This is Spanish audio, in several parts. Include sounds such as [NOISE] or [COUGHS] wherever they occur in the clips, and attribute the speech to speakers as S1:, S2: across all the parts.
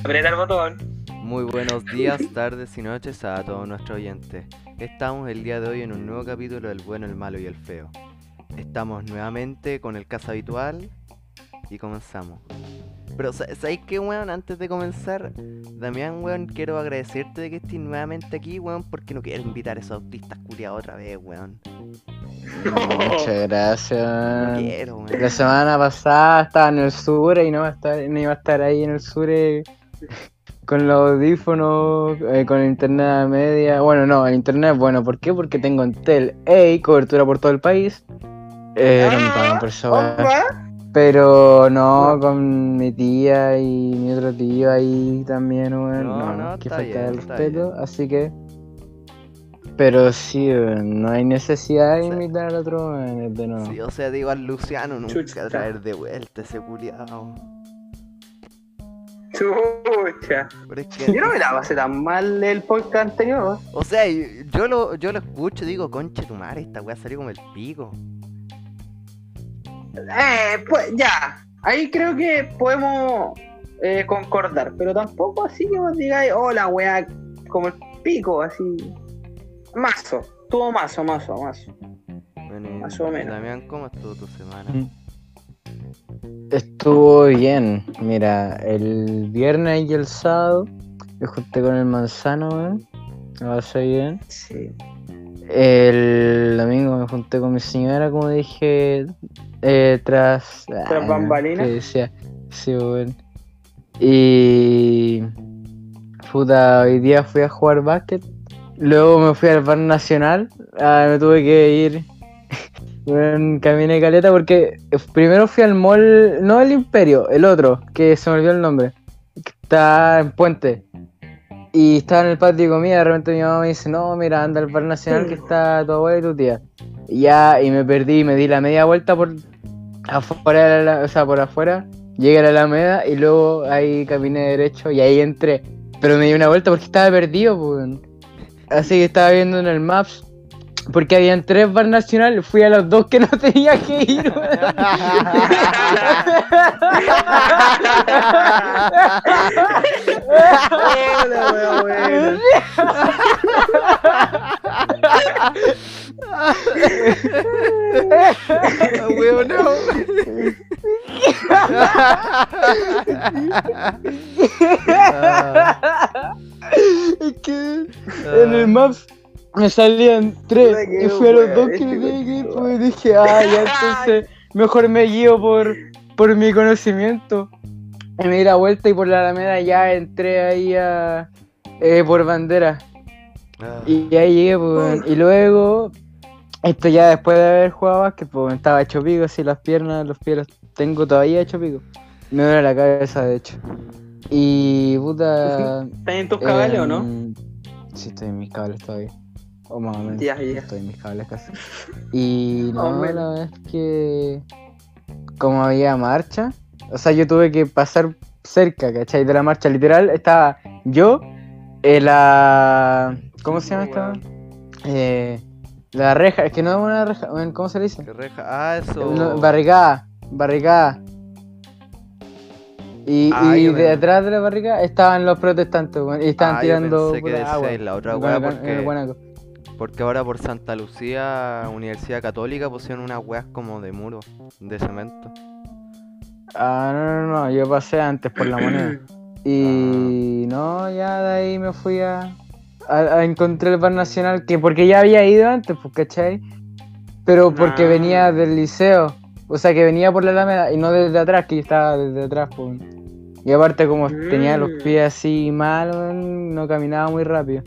S1: Aprieta el botón.
S2: Muy buenos días, tardes y noches a todos nuestros oyentes. Estamos el día de hoy en un nuevo capítulo del bueno, el malo y el feo. Estamos nuevamente con el caso habitual y comenzamos. Pero sa- ¿sabéis qué, weón? Antes de comenzar, Damián, weón, quiero agradecerte de que estés nuevamente aquí, weón, porque no quiero invitar a esos autistas culiados otra vez, weón.
S3: Muchas
S2: No
S3: gracias.
S2: quiero, weón.
S3: La semana pasada estaba en el sur y no, va a estar, no iba a estar ahí en el sur eh, con los audífonos, eh, con internet a media. Bueno, no, el internet, bueno, ¿por qué? Porque tengo Entel A, cobertura por todo el país. Eh, no me pagan por eso, weón. Pero no, con mi tía y mi otro tío ahí también, weón.
S2: No,
S3: No,
S2: no,
S3: que
S2: está
S3: falta de
S2: bien, está
S3: respeto, así que. Pero sí, weón, no hay necesidad de
S2: Sí.
S3: invitar al otro, weón, de nuevo.
S2: Sí, o sea, digo al Luciano, nunca
S1: Chucha.
S2: traer de vuelta ese culiado.
S1: Chucha.
S2: Pero es que...
S1: Yo no me la pasé tan mal el podcast anterior.
S2: O sea, y- yo lo, yo lo escucho y digo, conche tu madre, esta weá salió como el pico.
S1: Eh, pues ya. Ahí creo que podemos eh, concordar, pero tampoco así que vos digáis, oh, la weá, como el pico, así. Mazo. Tuvo mazo, mazo, mazo.
S2: Bueno, y
S1: Más o menos.
S2: Damián, ¿cómo estuvo tu
S3: [LAUGHS]
S2: semana?
S3: Mm. Estuvo bien. Mira, el viernes y el sábado me junté con el manzano, weón. Lo pasé bien.
S1: [LAUGHS] Sí.
S3: El domingo me junté con mi señora, como dije, eh, tras.
S1: Tras bambalinas.
S3: que decía, sí, weón. Y. Puta, hoy día fui a jugar básquet. Luego me fui al bar nacional. Ah, me tuve que ir. Weón, caminé caleta porque primero fui al mall, no el Imperio, el otro, que se me olvidó el nombre. Que está en Puente. Y estaba en el patio de comida, de repente mi mamá me dice, no, mira, anda al bar nacional que está tu abuela y tu tía. Y ya, y me perdí, me di la media vuelta por afuera, de la- o sea, por afuera, llegué a la Alameda y luego ahí caminé derecho y ahí entré. Pero me di una vuelta porque estaba perdido, pues. weón. Así que estaba viendo en el Maps, porque habían tres bar nacional, fui a los dos que no [LAUGHS] tenía que ir, weón.
S1: Hola, weá, weá.
S3: Ah,
S2: Weón, [LAUGHS] no. Ah,
S3: Es que en el Maps me salían tres
S1: Ah. Puta que
S3: y fui a los
S1: wea,
S3: dos que
S1: este
S3: me tenía que ir,
S1: conchetumare.
S3: pues dije, ah, ya
S1: [LAUGHS]
S3: entonces mejor me guío por, por mi conocimiento. Y me di la vuelta y por la Alameda ya entré ahí a, eh, por bandera.
S2: ah.
S3: Y ya llegué, pues, weón. Y luego, esto ya después de haber jugado básquet, pues weón, estaba hecho pico, así las piernas, los pies los tengo todavía hecho pico. Me duele la cabeza, de hecho. Y puta.
S1: ¿Están en tus cabales o no?
S3: Em, Sí, estoy en mis cables todavía. O más o menos.
S1: Ya, ya.
S3: Estoy en mis cables casi. Y
S1: [LAUGHS] Más o
S3: no,
S1: menos.
S3: la verdad es que. Como había marcha, o sea, yo tuve que pasar cerca, ¿cachai? De la marcha. Literal, estaba yo, eh, la. ¿Cómo se llama esta?
S2: Weón,
S3: Eh, la reja, es que no es una reja, weón, ¿cómo se le dice?
S2: qué reja. Ah, eso.
S3: No, barricada, barricada. Y,
S2: Ah,
S3: y
S2: yo
S3: de
S2: me-
S3: atrás de la barricada estaban los protestantes, weón, y estaban
S2: Ah, yo
S3: tirando
S2: pensé que
S3: puta
S2: decíais
S3: agua.
S2: la otra
S3: en
S2: weá,
S3: Guanaca- en el
S2: porque-
S3: Guanaco.
S2: Porque ahora por Santa Lucía, Universidad Católica, pusieron unas weas como de muro, de cemento.
S3: Ah, no, no, no, yo pasé antes por
S2: [CLEARS THROAT]
S3: la moneda.
S1: Ah.
S3: Y no, ya de ahí me fui a, a, a encontrar el bar nacional, que porque ya había ido antes, pues, ¿cachai? Pero porque
S1: Ah.
S3: venía del liceo, o sea, que venía por la Alameda y no desde atrás, que yo estaba desde atrás, pues. Y aparte, como tenía los
S1: Mm.
S3: pies así mal, weón, no caminaba muy rápido.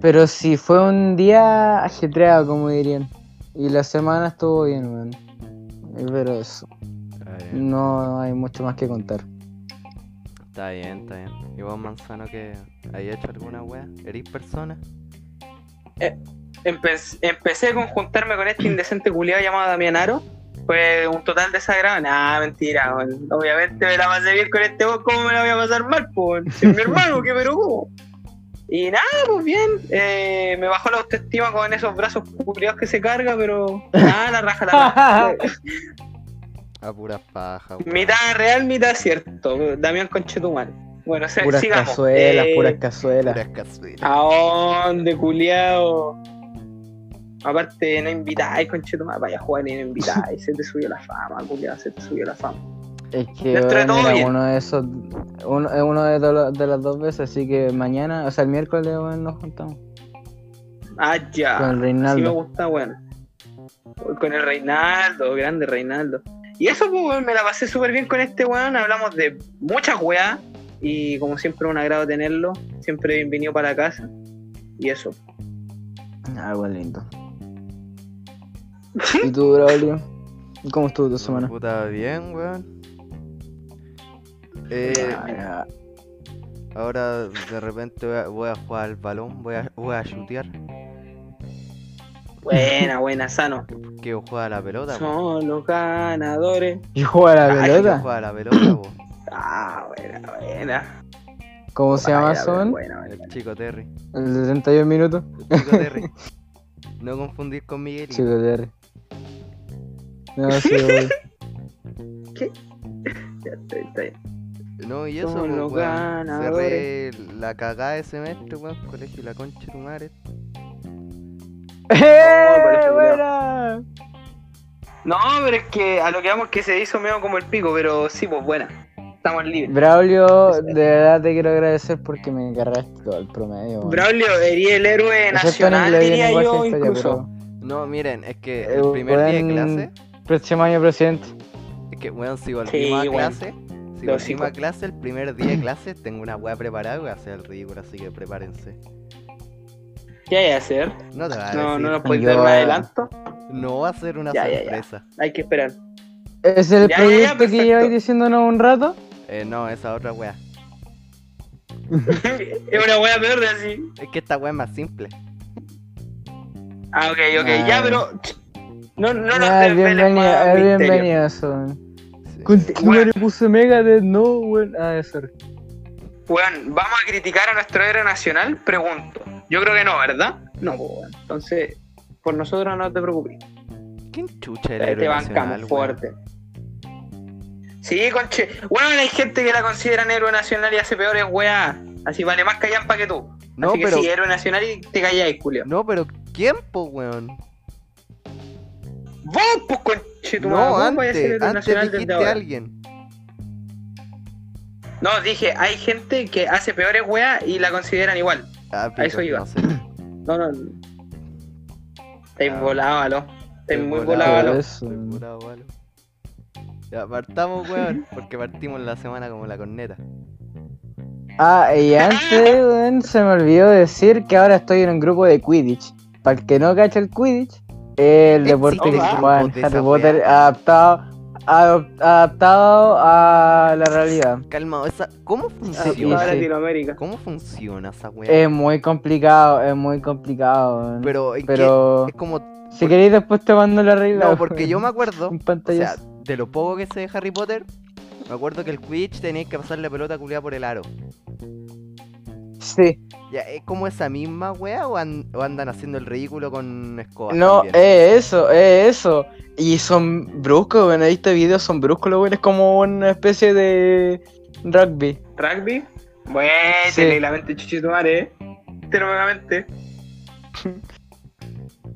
S3: Pero sí, fue un día ajetreado, como dirían. Y la semana estuvo bien, weón. Pero eso,
S2: Está bien,
S3: no hay mucho más que contar.
S2: está bien, está bien. ¿Y vos, Manzano, que hay hecho alguna wea? ¿Eres persona?
S1: Empe- empecé a conjuntarme con este indecente culiado llamado Damián Aro. Fue un total desagrado. Nah, mentira, weón. Obviamente me la pasé bien con este vos. ¿Cómo me la voy a pasar mal, pues? Si es mi hermano, que pero cómo? Y nada, pues bien. eh, me bajó la autoestima con
S3: [LAUGHS]
S1: esos brazos culiados que se carga, pero nada, la raja la raja.
S2: A puras pajas, weón.
S1: Mitad real, mitad cierto. Damián Conchetumal. Bueno, se-
S3: Puras
S1: sigamos.
S3: cazuelas,
S1: Eh,
S3: puras cazuelas.
S2: Puras cazuelas.
S1: ¿A dónde, culiao? Aparte, no invitáis, conchetumal, vaya a jugar y no invitáis. se te subió la fama, culiao, se te subió la fama.
S3: Es que
S1: Dentro de
S3: bueno,
S1: todo
S3: era
S1: bien.
S3: uno de esos, uno, es uno de, do- de las dos veces, así que mañana, o sea, el miércoles bueno, nos juntamos
S1: Ah, ya.
S3: con el
S1: Sí me
S3: Reinaldo.
S1: gusta, weón. Con el Reinaldo, grande Reinaldo. Y eso, pues, weón, me la pasé súper bien con este weón. Hablamos de muchas weas. Y como siempre, un agrado tenerlo. Siempre bienvenido para la casa. Y eso.
S3: Algo
S1: [LAUGHS]
S3: Ah, lindo. ¿Y tú, Braulio? ¿Cómo estuvo tu semana?
S2: Puta, bien, weón. Eh,
S3: Ah,
S2: ahora de repente voy a, voy a jugar al balón, voy a, voy a chutear.
S3: [LAUGHS]
S1: Buena, buena, sano.
S2: Quiero jugar a la pelota, po.
S1: Son los ganadores.
S3: ¿Y juega a la
S1: Ay,
S2: Quiero
S3: pelota?
S2: jugar a la
S1: [CLEARS THROAT]
S2: pelota, po.
S1: Ah, buena, buena.
S3: ¿Cómo se llama Son?
S1: Bueno, bueno.
S2: El chico Terry.
S3: El 61 minutos.
S2: El chico Terry. No confundir con Miguelito.
S3: Chico Terry.
S1: [LAUGHS]
S3: No, sí, güey.
S1: Ya estoy, estoy.
S2: No, y eso,
S1: Somos
S2: pues,
S1: los
S2: weón. Cerré
S1: ganadores.
S2: la cagada de semestre, weón. Colegio la concha de tu madre.
S3: ¡Eh!
S1: parece
S3: ¡Buena!
S1: No, pero es que a lo que vamos que se hizo medio como el pico, pero sí, pues buena. Estamos libres.
S3: Braulio, de verdad te quiero agradecer porque me encargaste todo el promedio. güey.
S1: Braulio, sería el héroe
S3: Excepto en
S1: nacional,
S3: inglés y en
S1: diría
S3: lenguaje
S1: yo
S3: de historia,
S1: incluso.
S2: No, miren, es que
S3: Eh,
S2: el primer día de
S3: weón.
S2: clase.
S3: pero- Próximo año, presidente.
S2: Es que, weón, si volvimos
S1: Sí,
S2: a
S1: weón.
S2: clase. Si
S1: Lo
S2: volvimos a
S1: sigo.
S2: clase, el primer
S1: [CLEARS THROAT]
S2: día de clase tengo una weá preparada, voy a hacer el ridículo, así que prepárense.
S1: ¿Qué hay que hacer?
S2: No te va a
S1: No,
S2: decir.
S1: no
S2: No,
S1: nos puedes
S3: Yo-
S1: dar un adelanto.
S2: va a ser una
S1: Ya, ya, ya.
S2: sorpresa.
S1: Hay que esperar.
S3: ¿Es el
S1: Ya, ya, ya,
S3: proyecto que
S1: perfecto.
S3: lleváis diciéndonos un rato?
S2: Eh, no, esa otra weá.
S1: es una wea peor de así.
S2: Es que esta weá es más simple.
S1: Ah, ok, ok.
S3: Nah.
S1: ya, pero. No, no nos
S3: Ah,
S1: desveles
S3: es bienvenido,
S1: más
S3: es
S1: misterio.
S3: bienvenido eso.
S2: Sí.
S3: Continúa,
S1: Bueno.
S3: le puse mega de no, weón. Ah, sorry.
S1: Weón, ¿vamos a criticar a nuestro héroe nacional? Pregunto. Yo creo que no, ¿verdad? No, pues, weón. Entonces, por nosotros no te preocupes.
S2: ¿Quién chucha el
S1: Te-
S2: héroe
S1: te
S2: nacional,
S1: bancamos
S2: weón?
S1: fuerte. Sí, conche. Bueno, hay gente que la consideran héroe nacional y hace peores weas. Así vale más callampa que tú.
S2: No,
S1: Así
S2: pero.
S1: que sí, eh. héroe nacional y te calláis, Julio.
S2: No, pero ¿quién, po, weón?
S1: ¡Vos, pues, conche tu madre,
S2: No,
S1: vos vais a ser
S2: antes,
S1: héroe
S2: antes
S1: nacional desde
S2: dijiste
S1: ahora.
S2: a alguien.
S1: No, dije, hay gente que hace peores weas y la consideran igual.
S2: Ah,
S1: A eso
S2: pico,
S1: iba.
S2: No sé.
S1: No, no. no. Estáis
S2: Ah.
S1: volado, aló. Estáis
S2: Estoy
S1: muy
S2: volado,
S1: volado, aló.
S3: eso.
S2: Estoy curado, palo. Ya, partamos, weón, porque partimos la semana como la corneta.
S3: Ah, y antes, weón, se me olvidó decir que ahora estoy en un grupo de Quidditch. Para el que no cacha el Quidditch, el deporte que
S1: grupos
S3: se juega en
S2: de
S3: Harry
S2: esa
S3: Potter
S2: weá?
S3: adaptado, adop- adaptado a la realidad.
S2: Calma, esa... ¿cómo
S3: sí,
S1: Toda
S2: funciona?
S3: sí. Eh,
S1: Latinoamérica.
S2: ¿Cómo funciona esa weá?
S3: Es muy complicado, es muy complicado. weón.
S2: pero, ¿en qué?
S3: Pero
S2: es como...
S3: si queréis después te mando la regla.
S2: No, porque yo me acuerdo,
S3: [LAUGHS] Un
S2: o sea,
S3: pantallazo.
S2: de lo poco que sé de Harry Potter, me acuerdo que el Quidditch tenéis que pasar la pelota culiada por el aro.
S3: sí.
S2: Ya, ¿es como esa misma weá o, an- o andan haciendo el ridículo con escobas
S3: No, es
S2: también?
S3: eso, es eso. Y son bruscos, bueno, este video son bruscos, los weones, como una especie de rugby.
S1: Rugby. Bueno,
S3: Sí.
S1: le la mente chichitumare, eh. Te lo megamente.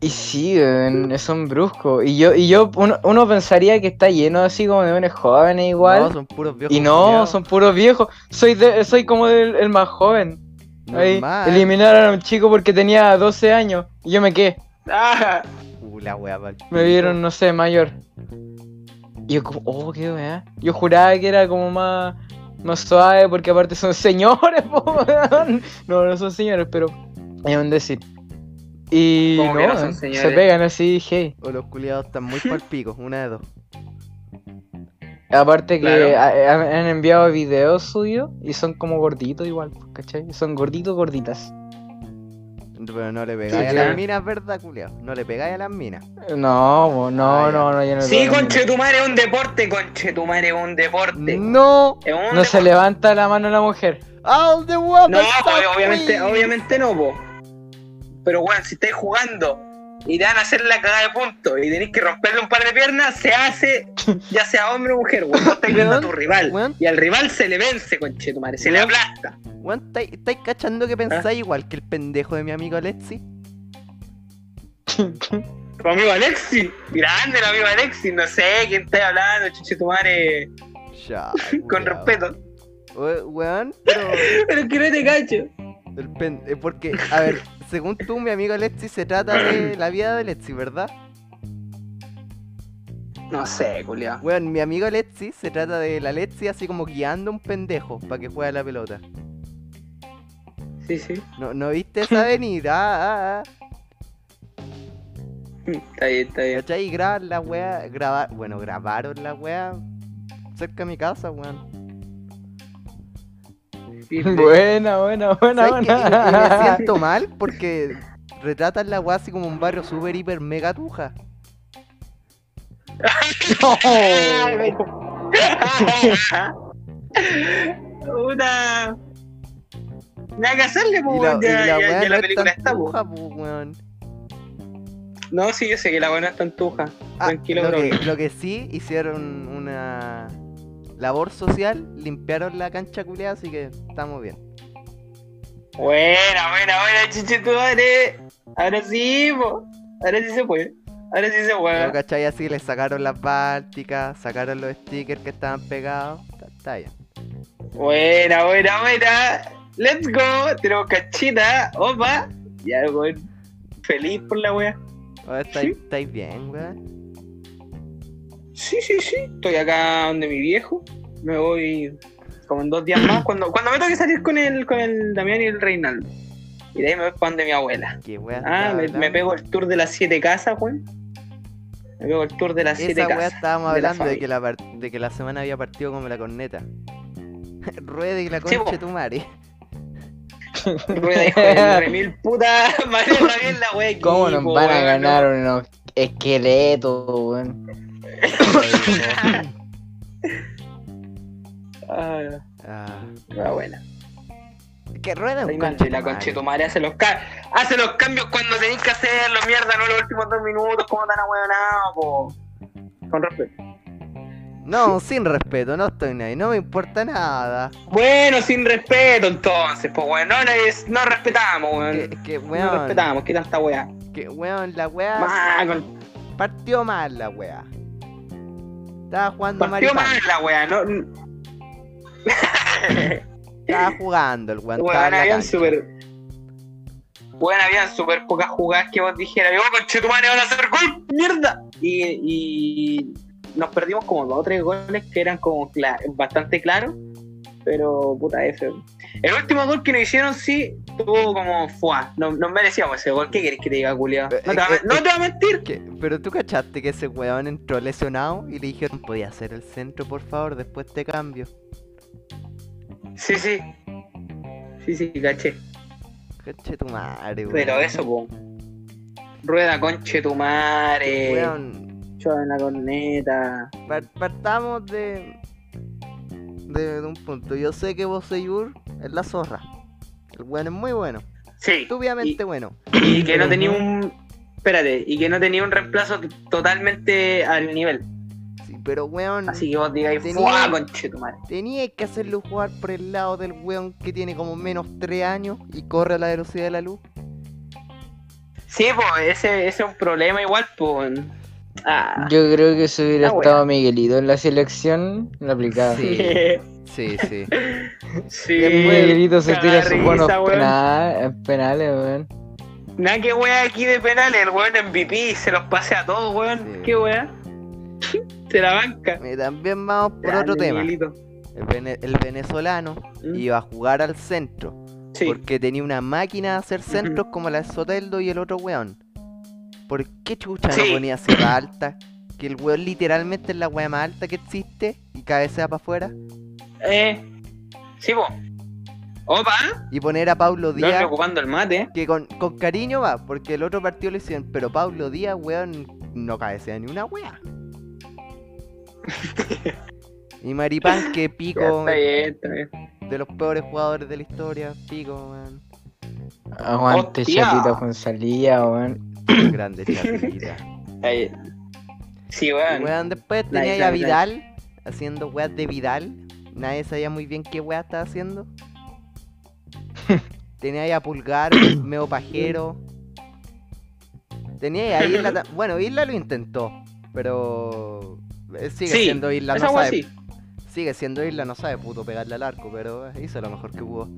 S3: Y sí, weón, son bruscos. Y yo, y yo uno, uno pensaría que está lleno así como de buenos jóvenes
S2: No,
S3: igual.
S2: son puros viejos
S3: y no,
S2: culiados.
S3: son puros viejos. Soy de- soy como el, el más joven. Ahí,
S2: Normal.
S3: eliminaron a un chico porque tenía 12 años. Y yo me quedé.
S1: Ah,
S2: Uh, la weá, pal
S3: Me
S2: pico.
S3: vieron, no sé, mayor. Y yo como, oh, qué weá. Yo juraba que era como más, más suave porque aparte son [LAUGHS] señores, po, weón. No, no son señores, pero es un decir. Y
S1: ¿Cómo que no son
S3: weón, se
S1: señores?
S3: pegan así, hey.
S2: O los culiados
S1: [LAUGHS]
S2: están muy pal pico, una de dos.
S3: Aparte que
S1: Claro.
S3: ha- han- han enviado videos suyos y son como gorditos igual, pues, ¿cachai? Son gorditos, gorditas.
S2: Pero no le pegáis
S3: Sí,
S2: a
S3: claro.
S2: las minas, ¿verdad, culiado? No le pegáis a las minas.
S3: No, po, no,
S2: Ah, ya.
S3: no, no, yo no.
S1: Sí,
S3: puedo.
S1: conchetumare es un deporte, conchetumare es un deporte.
S2: ¡No!
S1: Es un
S3: No se
S1: deporte.
S3: levanta la mano la mujer. [LAUGHS]
S2: ¡All the woman!
S1: pues, No, obviamente, obviamente no, po. Pero bueno, si estáis jugando y te van a hacer la cagada de punto y tenés que romperle un par de piernas, se hace,
S2: [LAUGHS]
S1: ya sea hombre o mujer, weón. Vos estás viendo a tu rival.
S2: Weón.
S1: Y al rival se le vence, conchetumare, se le
S2: Weón.
S1: aplasta.
S2: Weón, ¿estáis estáis cachando que
S1: Ah.
S2: pensáis igual que el pendejo de mi amigo Alexi?
S1: Tu amigo Alexis, grande el amigo Alexis, no sé quién está hablando, conchetumare,
S2: Ya.
S1: [LAUGHS] con
S2: culiao.
S1: respeto.
S2: We- Weón, pero.
S1: Pero que no te cacho.
S2: el pen- eh, Porque, a ver, según tú, mi amigo Alexi se trata
S1: [CLEARS THROAT]
S2: de la vida de Alexi, ¿verdad?
S1: No sé, culiao.
S2: Weón, mi amigo Alexi se trata de la Alexi así como guiando a un pendejo para que juegue a la pelota.
S1: Sí, sí.
S2: No, no
S1: [LAUGHS]
S2: viste esa venir, ah, ah, ah.
S1: Está bien, está
S2: [LAUGHS]
S1: bien.
S2: ¿Cachai? Y graban la wea, grabar, bueno, grabaron la wea cerca de mi casa, weón. ¿Sabes qué?
S3: Buena, buena, buena,
S2: Y- y
S3: [LAUGHS]
S2: me
S3: buena.
S2: siento mal porque retratan la wea así como un barrio super, hiper, mega
S1: [LAUGHS]
S2: tuja.
S1: [LAUGHS] Una. Nada que hacerle,
S2: Y
S1: pues,
S2: la,
S1: ya,
S2: y la
S1: ya-
S2: wea
S1: ya
S2: no
S1: la
S2: es
S1: película
S2: tan
S1: está, pues.
S2: tuja, pues, weón.
S1: No, sí, yo sé que la buena es tantuja.
S2: Ah,
S1: Tranquilo,
S2: lo
S1: bro.
S2: que, lo que sí hicieron una labor social, limpiaron la cancha culeada, así que estamos bien.
S1: Buena, buena, buena, chichetuare. Ahora sí, po. Ahora sí se puede. Ahora sí se
S2: Pero,
S1: puede.
S2: ¿cachai? Así le sacaron las bálticas, sacaron los stickers que estaban pegados. Está, está bien.
S1: Buena, buena, buena. Let's go. Tenemos cachita. Opa. Ya, weón. Feliz por la wea.
S2: Oye, ¿Estáis estáis Oh, bien, weón?
S1: Sí, sí, sí. Estoy acá donde mi viejo. Me voy como en dos días más. Cuando, cuando me toque salir con el, con el Damián y el Reinaldo. Y de ahí me voy para donde mi abuela.
S2: ¿Qué weá?
S1: Ah,
S2: estaba
S1: me, me
S2: hablando?
S1: pego el tour de las siete casas, weón. Me pego el tour de las siete
S2: Esa weá
S1: casas.
S2: estábamos
S1: de la
S2: hablando de que, la par- de que la semana había partido como la corneta. [LAUGHS] Ruede y la
S1: Sí,
S2: concha
S1: po.
S2: de tu madre.
S1: [COUGHS] Rueda, hijo de re mil puta. [LAUGHS] Maneja bien la wea.
S3: ¿Cómo
S1: equipo,
S3: nos van a
S1: pues, weón?
S3: ganar unos esqueletos, weón?
S1: Ah,
S2: Ah,
S1: la buena.
S2: que rueda un
S1: Ahí mal,
S2: conche
S1: La
S2: tu madre.
S1: conchetumare hace los, ca- hace los cambios cuando tenéis que hacerlos, mierda, no los últimos dos minutos, como tan ahueonado, Ah, po. Con respeto.
S2: No, sin respeto, no estoy ahí, no me importa nada.
S1: Bueno, sin respeto entonces, pues weón, no, les- no respetamos,
S2: Que,
S1: weón.
S2: que
S1: No
S2: weón, Ah,
S1: respetamos, qué tanta weá.
S2: que weón, la weá
S1: Ma, con-
S2: partió mal la weá. Estaba jugando
S1: Partió
S2: Mario
S1: mal
S2: Party,
S1: la weá, no. Weón,
S2: Estaba jugando el weón. estaba en la
S1: habían
S2: cancha.
S1: súper. Weón, habían súper pocas jugadas que vos dijeras, yo con tu van a hacer gol, mierda. Y, y nos perdimos como dos o tres goles que eran como cla- bastante claros. Pero puta F. El último gol que nos hicieron sí tuvo como fuá. No, nos merecíamos ese gol. ¿Qué querés que te diga, culiao?
S2: Eh,
S1: No te va a- no te va a mentir.
S2: Que- Pero tú cachaste que ese weón entró lesionado y le dijeron, podía hacer el centro, por favor, después te cambio.
S1: Sí, sí. Sí, sí, caché.
S2: Conche tu madre, weón.
S1: Pero eso, po. Rueda conche tu madre.
S2: Weón,
S1: Chau en la corneta.
S2: par- partamos de, de. de un punto. Yo sé que vos, Seyur, es la zorra. El weón es muy bueno.
S1: Sí.
S2: Estúpidamente bueno.
S1: Y, y que no tenía un. Espérate, y que no tenía un reemplazo t- totalmente al nivel.
S2: Sí, pero weón.
S1: Así que vos digáis,
S2: Mm. Tenía-
S1: ¡fuah, conche tu madre!
S2: Tenía que hacerlo jugar por el lado del weón que tiene como menos 3 años y corre a la velocidad de la luz.
S1: Sí, pues, ese, ese es un problema igual, pues. Ah.
S3: Yo creo que si hubiera
S1: La wea.
S3: estado Miguelito en la selección, lo aplicaba.
S2: Sí. Sí, [LAUGHS] sí.
S1: [LAUGHS] sí.
S3: Después Miguelito se
S1: caga
S3: tira sus
S1: risa,
S3: buenos
S1: weón.
S3: penales, penales, weón.
S1: Nada que wea aquí de penales, el weón MVP se los pase a todos, weón.
S2: Sí.
S1: Qué wea. [LAUGHS] Se la banca.
S2: Eh, También vamos por
S1: Grande,
S2: otro tema.
S1: Miguelito.
S2: El, vene- el venezolano
S1: ¿Mm?
S2: iba a jugar al centro.
S1: Sí.
S2: Porque tenía una máquina de hacer centros como la de Soteldo y el otro weón. ¿Por qué chucha
S1: Sí.
S2: no ponía sierra alta? Que el weón literalmente es la weá más alta que existe y cabecea para afuera.
S1: Eh. Sí, po. Opa,
S2: Y poner a Pablo
S1: no estoy
S2: Díaz
S1: ocupando el mate.
S2: Que con, con cariño va, porque el otro partido le hicieron, pero Pablo Díaz, weón, no cabecea ni
S1: [LAUGHS]
S2: una wea. y Maripán, que pico,
S1: Ya, está bien, está bien.
S2: de los peores jugadores de la historia, pico, weón.
S3: Aguante,
S1: Hostia.
S3: Chatito Fonsalía, weón.
S2: Grande
S1: [LAUGHS]
S2: chapita.
S1: Ahí. Sí, weón.
S2: Weón, después
S1: Nice,
S2: tenía ahí
S1: nice,
S2: a
S1: nice.
S2: Vidal haciendo weas de Vidal. Nadie sabía muy bien qué wea estaba haciendo.
S1: [LAUGHS]
S2: tenía ahí a Pulgar, [COUGHS] Meo Pajero. Tenía ahí a Isla. ta- Bueno, Isla lo intentó, pero. eh, Sigue
S1: Sí,
S2: siendo Isla,
S1: Esa
S2: no
S1: weá
S2: sabe.
S1: sí.
S2: Sigue siendo Isla, no sabe puto pegarle al arco, pero eh, hizo lo mejor que pudo.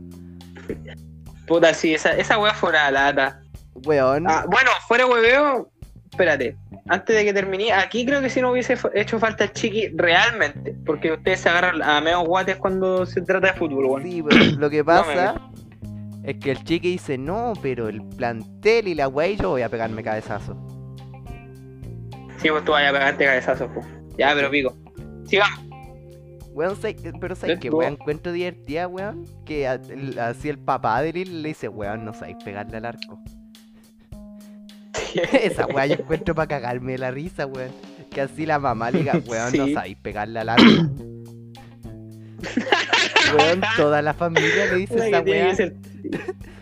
S1: Puta, sí, esa, esa weá fue una lata.
S2: Weón,
S1: Ah, bueno, fuera hueveo, espérate. Antes de que termine, aquí creo que si no hubiese fa- hecho falta el chiqui realmente, porque ustedes se agarran a menos guates cuando se trata de fútbol, weón.
S2: Sí, pero
S1: [CLEARS THROAT]
S2: lo que pasa es que el chique dice, no, pero el plantel y la wey, yo voy a pegarme cabezazo.
S1: Sí, pues tú vayas a pegarte cabezazo, po. Ya, pero pico. Sigamos.
S2: Weón, sé- pero sabes
S1: Let's
S2: que
S1: go.
S2: weón encuentro divertida, weón, que a- el- así el papá de Lil le dice, weón, no sabéis pegarle
S1: [LAUGHS]
S2: al arco. [LAUGHS] Esa weá yo encuentro para cagarme la risa, weón. Que así la mamá le diga, weón, no
S1: Sí.
S2: sabéis pegarle
S1: [COUGHS]
S2: al arco. weón, toda la familia le dice esa
S1: La que tiene
S2: weá.
S1: que ser-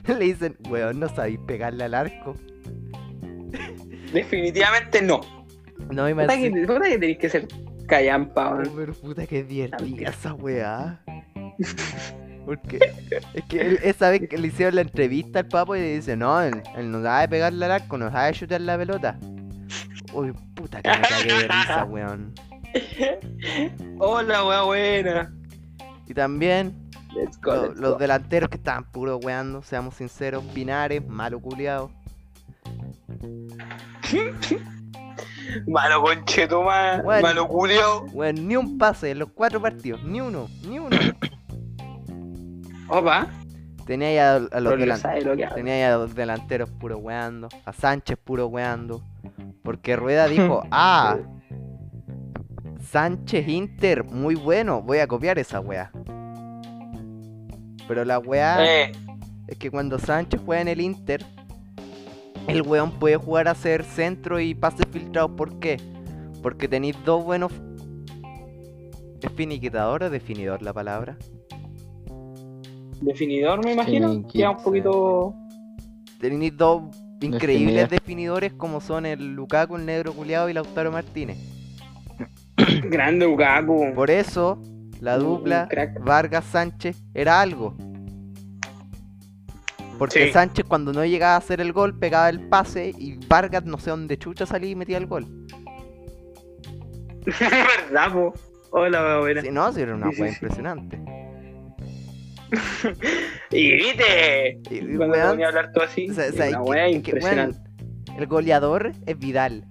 S2: [LAUGHS] Le dicen, weón, no sabéis pegarle al arco.
S1: Definitivamente no.
S2: No, y me
S1: Puta que, puta que tenés que ser callampa,
S2: Oh,
S1: weón.
S2: pero puta que divertida
S1: Mentira.
S2: esa weá. Porque es que él- esa vez que le hicieron la entrevista al papo y le dice, no, él, él no sabe pegarle al arco, no sabe chutar la pelota. Uy, puta que me cagué de risa, weón.
S1: Hola, weá buena.
S2: Y también
S1: Let's go.
S2: lo-
S1: let's
S2: los
S1: go.
S2: delanteros que estaban puro weando, seamos sinceros, Pinares, malo culiao.
S1: Malo conchetumá,
S2: Bueno.
S1: malo culiao.
S2: Weón, ni un pase en los cuatro partidos, ni uno, ni uno.
S1: Opa.
S2: Tenía ahí a, a los
S1: Porque
S2: delanteros.
S1: sabe lo que habla.
S2: Tenía ahí a dos delanteros puro weando, a Sánchez puro weando. Porque Rueda dijo, ah, Sánchez Inter, muy bueno, voy a copiar esa wea. Pero la wea
S1: Eh,
S2: es que cuando Sánchez juega en el Inter, el weón puede jugar a hacer centro y pases filtrados. ¿Por qué? Porque tenéis dos buenos... ¿Es finiquitador o definidor la palabra?
S1: definidor, me imagino.
S3: Finiquito.
S1: Queda un
S2: [CLEARS THROAT]
S1: poquito.
S2: Tenéis dos increíbles definidores como son el Lukaku, el negro culiado y Lautaro Martínez.
S1: Grande Ukaku.
S2: Por eso, la
S1: Un- un
S2: dupla
S1: crack. [LAUGHS]
S2: Vargas Sánchez era algo. Porque
S1: Sí.
S2: Sánchez cuando no llegaba a hacer el gol pegaba el pase y Vargas no sé dónde chucha salía y metía el gol.
S1: ¿Verdad, po? Hola, weá buena.
S2: Si no, si era una
S1: Sí, sí,
S2: wea
S1: sí.
S2: impresionante.
S1: Y viste.
S2: Y- y
S1: Cuando
S2: weón,
S1: venía a hablar todo así.
S2: o sea, o
S1: es
S2: sea,
S1: una
S2: que-
S1: weá
S2: que, weón,
S1: impresionante.
S2: el goleador es Vidal.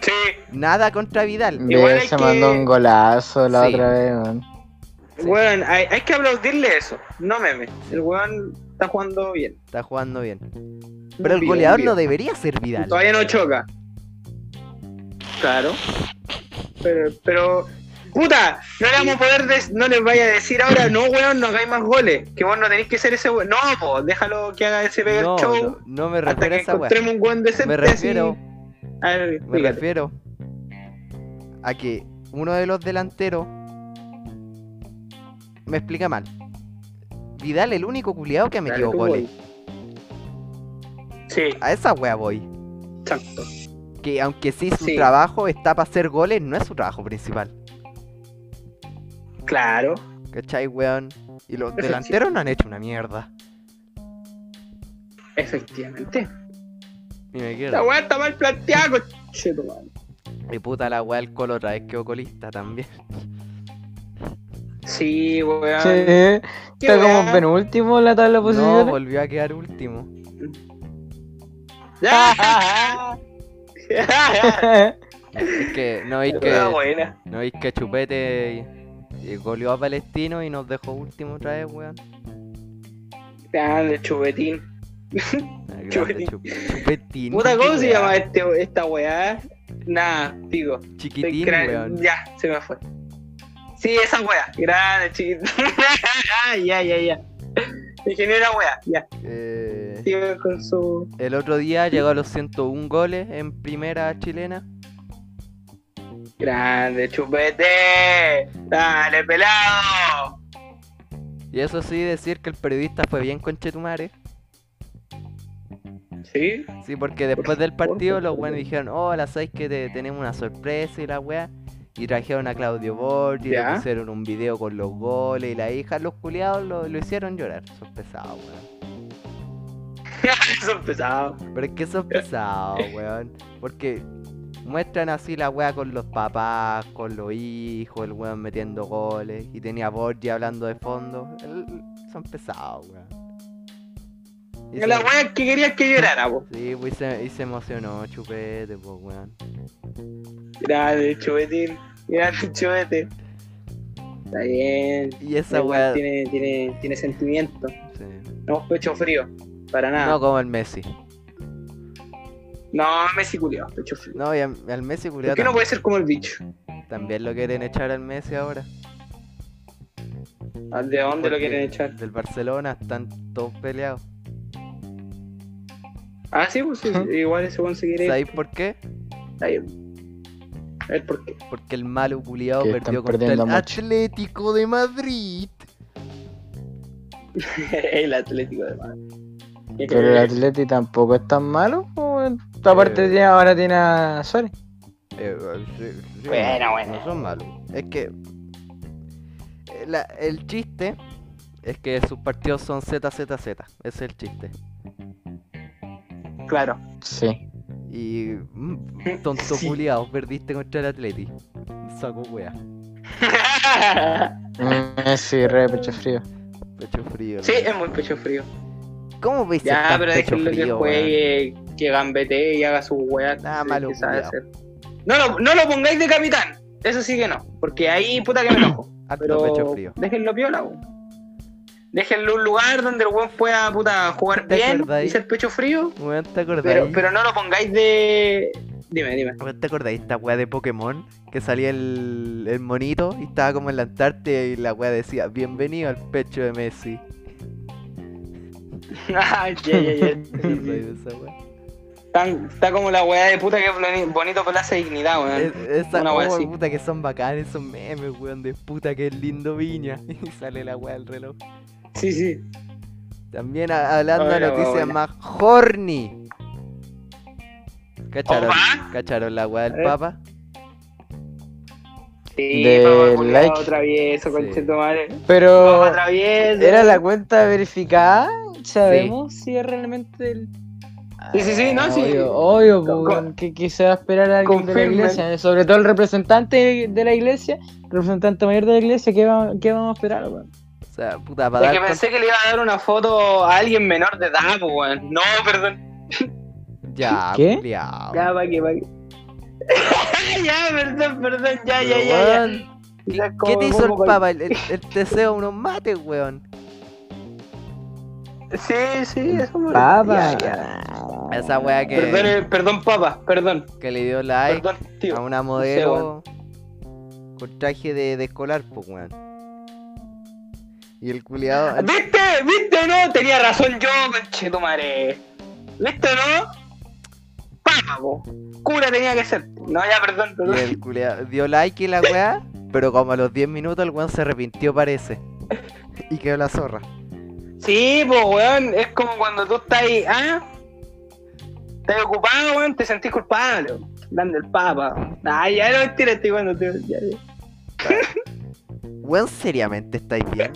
S1: Sí.
S2: Nada contra Vidal.
S1: Igual
S3: Ve,
S1: hay
S3: se
S1: que-
S3: mandó un golazo la
S2: Sí.
S3: otra vez, man.
S2: Sí.
S1: Weón, hay, hay que aplaudirle eso. No memes. El weón está jugando bien.
S2: Está jugando bien. Pero el
S1: Bien,
S2: goleador
S1: bien.
S2: no debería ser Vidal.
S1: Todavía no choca. Claro. Pero, pero. ¡Puta! No le vamos a poder des- no les vaya a decir ahora, no weón, no hagáis más goles. Que vos no tenéis que ser ese weón. No, po, déjalo que haga ese pegue
S2: No,
S1: show.
S2: no, no me
S1: hasta
S2: refiero
S1: que
S2: a esa wea.
S1: encontremos un weón decente.
S2: Me refiero,
S1: así. A ver,
S2: me
S1: explícate.
S2: refiero a que uno de los delanteros me explica mal. Vidal el único culiado que ha
S1: Dale
S2: metido
S1: tú,
S2: goles.
S1: weón. Sí,
S2: A esa wea voy.
S1: exacto.
S2: Que aunque sí su
S1: Sí.
S2: trabajo está para hacer goles, no es su trabajo principal.
S1: Claro.
S2: ¿Cachai, weón? Y
S1: [LAUGHS]
S2: los delanteros no han hecho una mierda.
S1: Efectivamente.
S2: Ni me
S1: La
S2: quiero.
S1: weá está mal planteada, conchetumare.
S2: Y puta la wea del colo otra vez quedó colista también.
S1: Sí, weón.
S3: Sí,
S1: Qué
S3: está como
S1: weá. pues,
S3: penúltimo en la tabla de
S2: No,
S3: posiciones.
S2: volvió a quedar último.
S1: [LAUGHS] Ya.
S2: Es que no hay que.
S1: Una buena.
S2: ¿No veis que Chupete eh, goleó a Palestino y nos dejó último otra vez, weón?
S1: Grande chupetín.
S2: Ah, grande
S1: Chupetín.
S2: Chup- Chupetín.
S1: Puta, ¿cómo se
S2: weón.
S1: llama este, esta weá? Nah, digo.
S2: Chiquitín, weón.
S1: Ya, se me fue. Sí, esa weá. Grande chiquitín. [LAUGHS] ya, ya, ya. Ingeniera weá, ya.
S2: Eh,
S1: Sigue con su.
S2: el otro día llegó a los 101 goles en primera chilena.
S1: Grande chupete. Dale, pelado.
S2: Y eso sí, decir que el periodista fue bien con Chetumare.
S1: Sí, Sí. [LAUGHS]
S2: Sí, porque después del
S1: favor,
S2: partido
S1: por
S2: los
S1: favor.
S2: buenos dijeron, "Oh, hola, ¿sabéis que te- tenemos una sorpresa y la weá? Y trajeron a Claudio Borgi, le
S1: Ya.
S2: pusieron un video con los goles y la hija, los culiados lo, lo hicieron llorar. Son pesados, weón.
S1: Son pesados.
S2: Pero es que
S1: Eh.
S2: son
S1: [LAUGHS]
S2: pesados, weón. Porque muestran así la weá con los papás, con los hijos, el weón metiendo goles. Y tenía a Borgi hablando de fondo. El- son pesados, weón. Y
S1: La
S2: se-
S1: wea que querías que llorara, po.
S2: Sí, pues, y se, y se emocionó, chupete, pues, weón.
S1: Grande, chupetín. Grande, chupete. Está bien.
S2: Y esa
S1: Igual
S2: weá.
S1: tiene, tiene, tiene sentimiento.
S2: sí.
S1: No hemos pecho frío. Para
S2: No
S1: nada.
S2: como el Messi.
S1: No, Messi culiao, pecho frío.
S2: No, y al, al Messi culiao,
S1: ¿Por qué no
S2: tam-
S1: puede ser como el bicho?
S2: también lo quieren echar al Messi ahora.
S1: ¿A ¿De dónde lo
S2: porque
S1: quieren echar?
S2: Del Barcelona están todos peleados.
S1: Ah, sí, pues sí,
S3: Ajá.
S1: igual ese weón se quiere. ir.
S2: ¿Sabéis por qué?
S1: Está bien. A ver por qué. [LAUGHS]
S2: Porque el malo culiado
S3: Que
S2: perdió
S3: están
S2: contra el
S3: perdiendo mucho.
S2: Atlético de Madrid.
S1: el Atlético de Madrid.
S3: [LAUGHS] Pero
S1: eh.
S3: el Atleti tampoco es tan malo. po, weón. Aparte
S2: Eh.
S3: tiene- ahora tiene a Suárez.
S2: Eh, eh, sí, sí,
S1: Bueno,
S2: no-
S1: bueno.
S2: No son malos. Es que. eh, la- el chiste es que sus partidos son ZZZ. Ese es el chiste.
S1: Claro. [LAUGHS]
S3: Sí.
S2: Y. mm, tonto
S1: Sí.
S2: culiado, perdiste contra el Atlético. Saco wea.
S3: Messi, re pecho frío.
S2: Pecho frío.
S1: sí,
S2: la
S1: es muy pecho frío.
S2: ¿Cómo veis
S1: Ya,
S2: tan
S1: pero
S2: pecho
S1: déjenlo que
S2: frío, weón?
S1: juegue, que gambete y haga sus weas.
S2: Nada
S1: que
S2: malo,
S1: sabe
S2: culiao.
S1: hacer. No, lo, no lo pongáis de capitán. Eso sí que no. Porque ahí puta que me
S2: [COUGHS]
S1: enojo.
S2: Harto
S1: Pero
S2: pecho frío.
S1: déjenlo piola, weón. Déjenlo un lugar donde el weón pueda puta, jugar
S2: ¿Te
S1: bien y
S2: acordáis?
S1: ser pecho frío.
S2: Weón, ¿te
S1: Pero,
S2: acordáis?
S1: pero no lo pongáis de. Dime, dime. [LAUGHS]
S2: Weón, ¿Te acordáis esta weá de Pokémon? Que salía el, el monito y estaba como en la Antártida y la weá decía, bienvenido al pecho de Messi.
S1: Ah, ya, ya, ya.
S2: [LAUGHS] ¿Te acordáis de esa weá?
S1: Tan- está como la weá de puta que es boni- bonito Plaza Dignidad, weón.
S2: Es- Esa
S1: Una weá
S2: oh,
S1: así.
S2: puta que son bacanes, son memes, weón, de puta que es lindo viña. [LAUGHS] Y sale la weá del reloj.
S1: Sí, sí.
S2: También a- hablando de
S1: Hola,
S2: noticias
S1: hola.
S2: más horny. ¿Cacharon,
S1: Opa.
S2: ¿Cacharon la weá
S1: A
S2: del
S1: ver.
S2: Papa?
S1: Sí,
S3: De
S1: papá, culiao,
S3: like.
S1: travieso,
S2: Sí.
S1: conchetumare.
S3: Pero.
S1: Papá travieso.
S3: ¿Era la cuenta verificada? ¿Sabemos si es realmente el.?
S1: Sí, sí, sí, no, sí.
S3: Obvio, obvio,
S1: Con-
S3: pues, weón, que, que se va a esperar a alguien de la
S1: Confirmen.
S3: iglesia, eh, sobre todo el representante de la iglesia, representante mayor de la iglesia, ¿qué, va- qué vamos a esperar, weón?
S2: Ah, O sea, puta, para
S1: Es que
S2: dar
S1: pensé que le iba a dar una foto a alguien menor de edad, pues, weón. No, perdón.
S2: Ya,
S3: ¿Qué?
S2: culiao.
S1: Ya, pa' que, pa' que. [LAUGHS] ya, perdón, perdón, ya, ya,
S2: Pero,
S1: ya, ya.
S2: weón,
S1: Ya,
S2: ¿Qué
S1: como
S2: te
S1: me
S2: hizo el
S1: pongo
S2: papa?
S1: [LAUGHS]
S2: El, el- el deseo unos mates, weón.
S1: col- Sí, sí, eso me
S3: Papa.
S1: Ya, ya.
S2: Esa weá
S1: Perdón,
S2: que,
S1: eh, perdón, papa, perdón.
S2: que le dio like
S1: Perdón, tío.
S2: a una modelo con traje de, de escolar, pues, weón. Y el culiado.
S1: ¿Viste? ¿Viste o no? Tenía razón yo, conchetumare. ¿Viste o no? Papa, po. Cura tenía que ser. No, ya, perdón,
S2: Y
S1: perdón.
S2: el culiao dio like y la weá, pero como a los 10 minutos el weón se arrepintió, parece. Y quedó la zorra.
S1: Sí, pues, weón, es como cuando tú estás ahí, ¿ah? Estás ocupado, weón, te sentís culpable, weón. Dando el papa. Ah, ya no mentira, estoy cuando te. Ya, ya. [LAUGHS]
S2: Weón, seriamente estáis bien.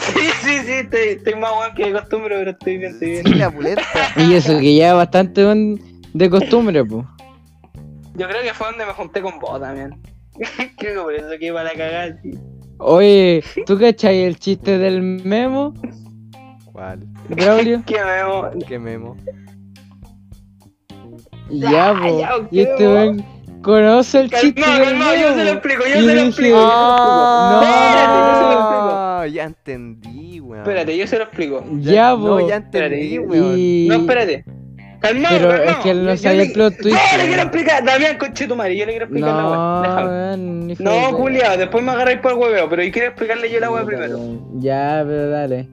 S1: Sí, sí, sí, estoy, estoy más weón que de costumbre, pero estoy bien, estoy
S2: Sí,
S1: bien. [LAUGHS]
S2: la pulenta.
S3: Y eso que ya bastante weón, de costumbre, pues.
S1: Yo creo que fue donde me junté con vos también. [LAUGHS] creo que por eso que iba a la cagada, sí.
S3: Oye, ¿tú cachai el chiste del memo,
S2: ¿Cuál?
S3: Braulio?
S1: [LAUGHS] Que vemos.
S2: Qué memo.
S3: Ya,
S1: Ya,
S3: po.
S1: ya, ok,
S3: y este
S1: po.
S3: weón conoce el chiste
S1: No,
S3: del
S1: no, yo se lo
S3: memo.
S1: explico, yo
S3: Y
S1: se lo
S3: dije,
S1: explico. yo se lo
S3: "Ah,
S1: explico". Espérate, yo se lo explico.
S2: No, ya entendí, weón.
S1: Espérate, yo se lo explico.
S3: Ya, po.
S2: No, ya entendí,
S1: Espérate,
S2: weón.
S3: Y-
S1: No, espérate. Calmado,
S3: Pero
S1: calmado.
S3: es que él
S1: Yo-
S3: no
S1: yo
S3: sabía
S1: le-
S3: el plot
S1: ¡No,
S3: twist.
S1: le quiero
S3: weón.
S1: explicar! Damián, conche tu madre, yo le quiero explicar la
S3: No,
S1: weá. Déjame.
S3: weón, ni
S1: No,
S3: fue-
S1: Julia, después me agarráis por el hueveo, pero yo quiero explicarle yo la weá primero.
S3: Ya,
S1: [LAUGHS]
S3: pero dale.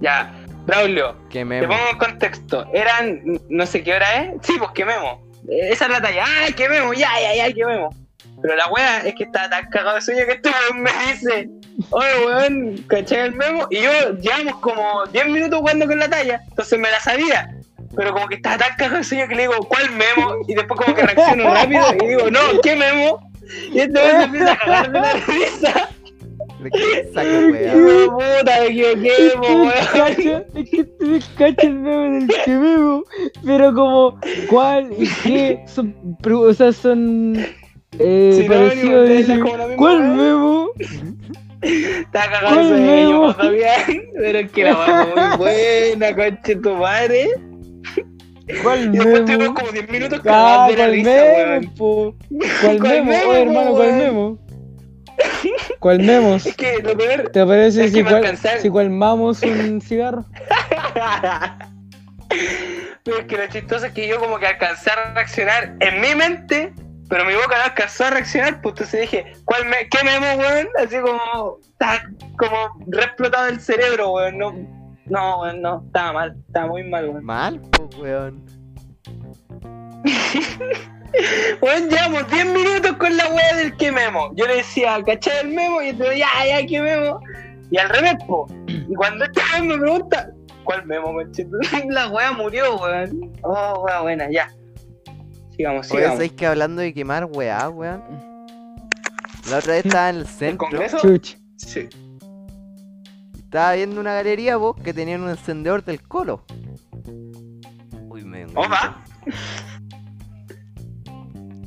S1: Ya, Braulio,
S2: Qué
S1: te
S2: memo.
S1: pongo en contexto. Eran, no sé qué hora es. Sí, pues quememos. Eh, Esa es la talla. ¡Ay, quememos! ¡Ya, ya, ya, quememos! Pero la weá es que estaba tan cagado de sueño que este weón me dice: Oye, weón, caché el memo. Y yo llevamos como 10 minutos jugando con la talla. Entonces me la sabía. Pero como que estaba tan cagado de sueño que le digo, ¿cuál memo? Y después como que reacciono rápido y digo, no, ¿qué memo? Y este weón se empieza a cagar de la risa.
S2: ¿De qué [LAUGHS] saca,
S1: Y
S2: weá?
S1: digo, puta, me equivoqué, po, weón.
S3: Es que te cacha el meme del que vivo. Pero como, ¿cuál y qué? Son, pro- o sea, son eh,
S1: Sinónimos, debe
S3: parecidos.
S1: ser
S3: dicen,
S1: como la misma
S3: ¿Cuál
S1: weá?"
S3: memo?
S1: Estaba cagado de
S3: ¿Cuál
S1: sueño,
S3: memo?
S1: papá, bien. [LAUGHS] Pero es que la weá fue muy buena, coche tu madre.
S3: ¿Cuál
S1: Y después tuvimos
S3: memo?
S1: como 10 minutos
S3: Ah,
S1: cagados de la
S3: ¿cuál
S1: risa,
S3: memo?
S1: weón.
S3: po? ¿Cuál
S1: ¿Cuál
S3: memo?
S1: memo,
S3: Oye, hermano, ¿cuál
S1: weón?
S3: memo? ¿Cuál
S1: [LAUGHS]
S3: memos?
S1: Es que lo peor.
S3: ¿Te parece
S1: Es que
S3: si,
S1: para
S3: cual,
S1: alcanzar-
S3: si colmamos
S1: [LAUGHS]
S3: un cigarro?
S1: Pero es que lo chistoso es que yo como que alcancé a reaccionar en mi mente, pero mi boca no alcanzó a reaccionar, pues entonces dije, ¿cuál me, ¿qué memo, weón? Así como, ta- como re explotado el cerebro, weón. No, no, weón, no, estaba mal, estaba muy mal, weón.
S2: Mal, po, weón.
S1: Weón, llevamos 10 minutos con la weá del que memo. Yo le decía, ¿cachai el memo? Y entonces, ya, ya, ¿qué memo? Y al revés, po. Y cuando este weón me pregunta, ¿cuál memo, conchito? [LAUGHS] La weá murió, weón. Oh, weá, buena, ya. Sigamos,
S2: Oye,
S1: sigamos.
S2: ¿sabéis que hablando de quemar weá, weón? La otra vez estaba en Mm. el
S1: ¿El
S2: centro.
S1: congreso?
S3: Chuch.
S1: Sí.
S2: Estaba viendo una galería, vos, que tenían un encendedor del colo. Uy, me dio un
S1: Opa.
S2: grito.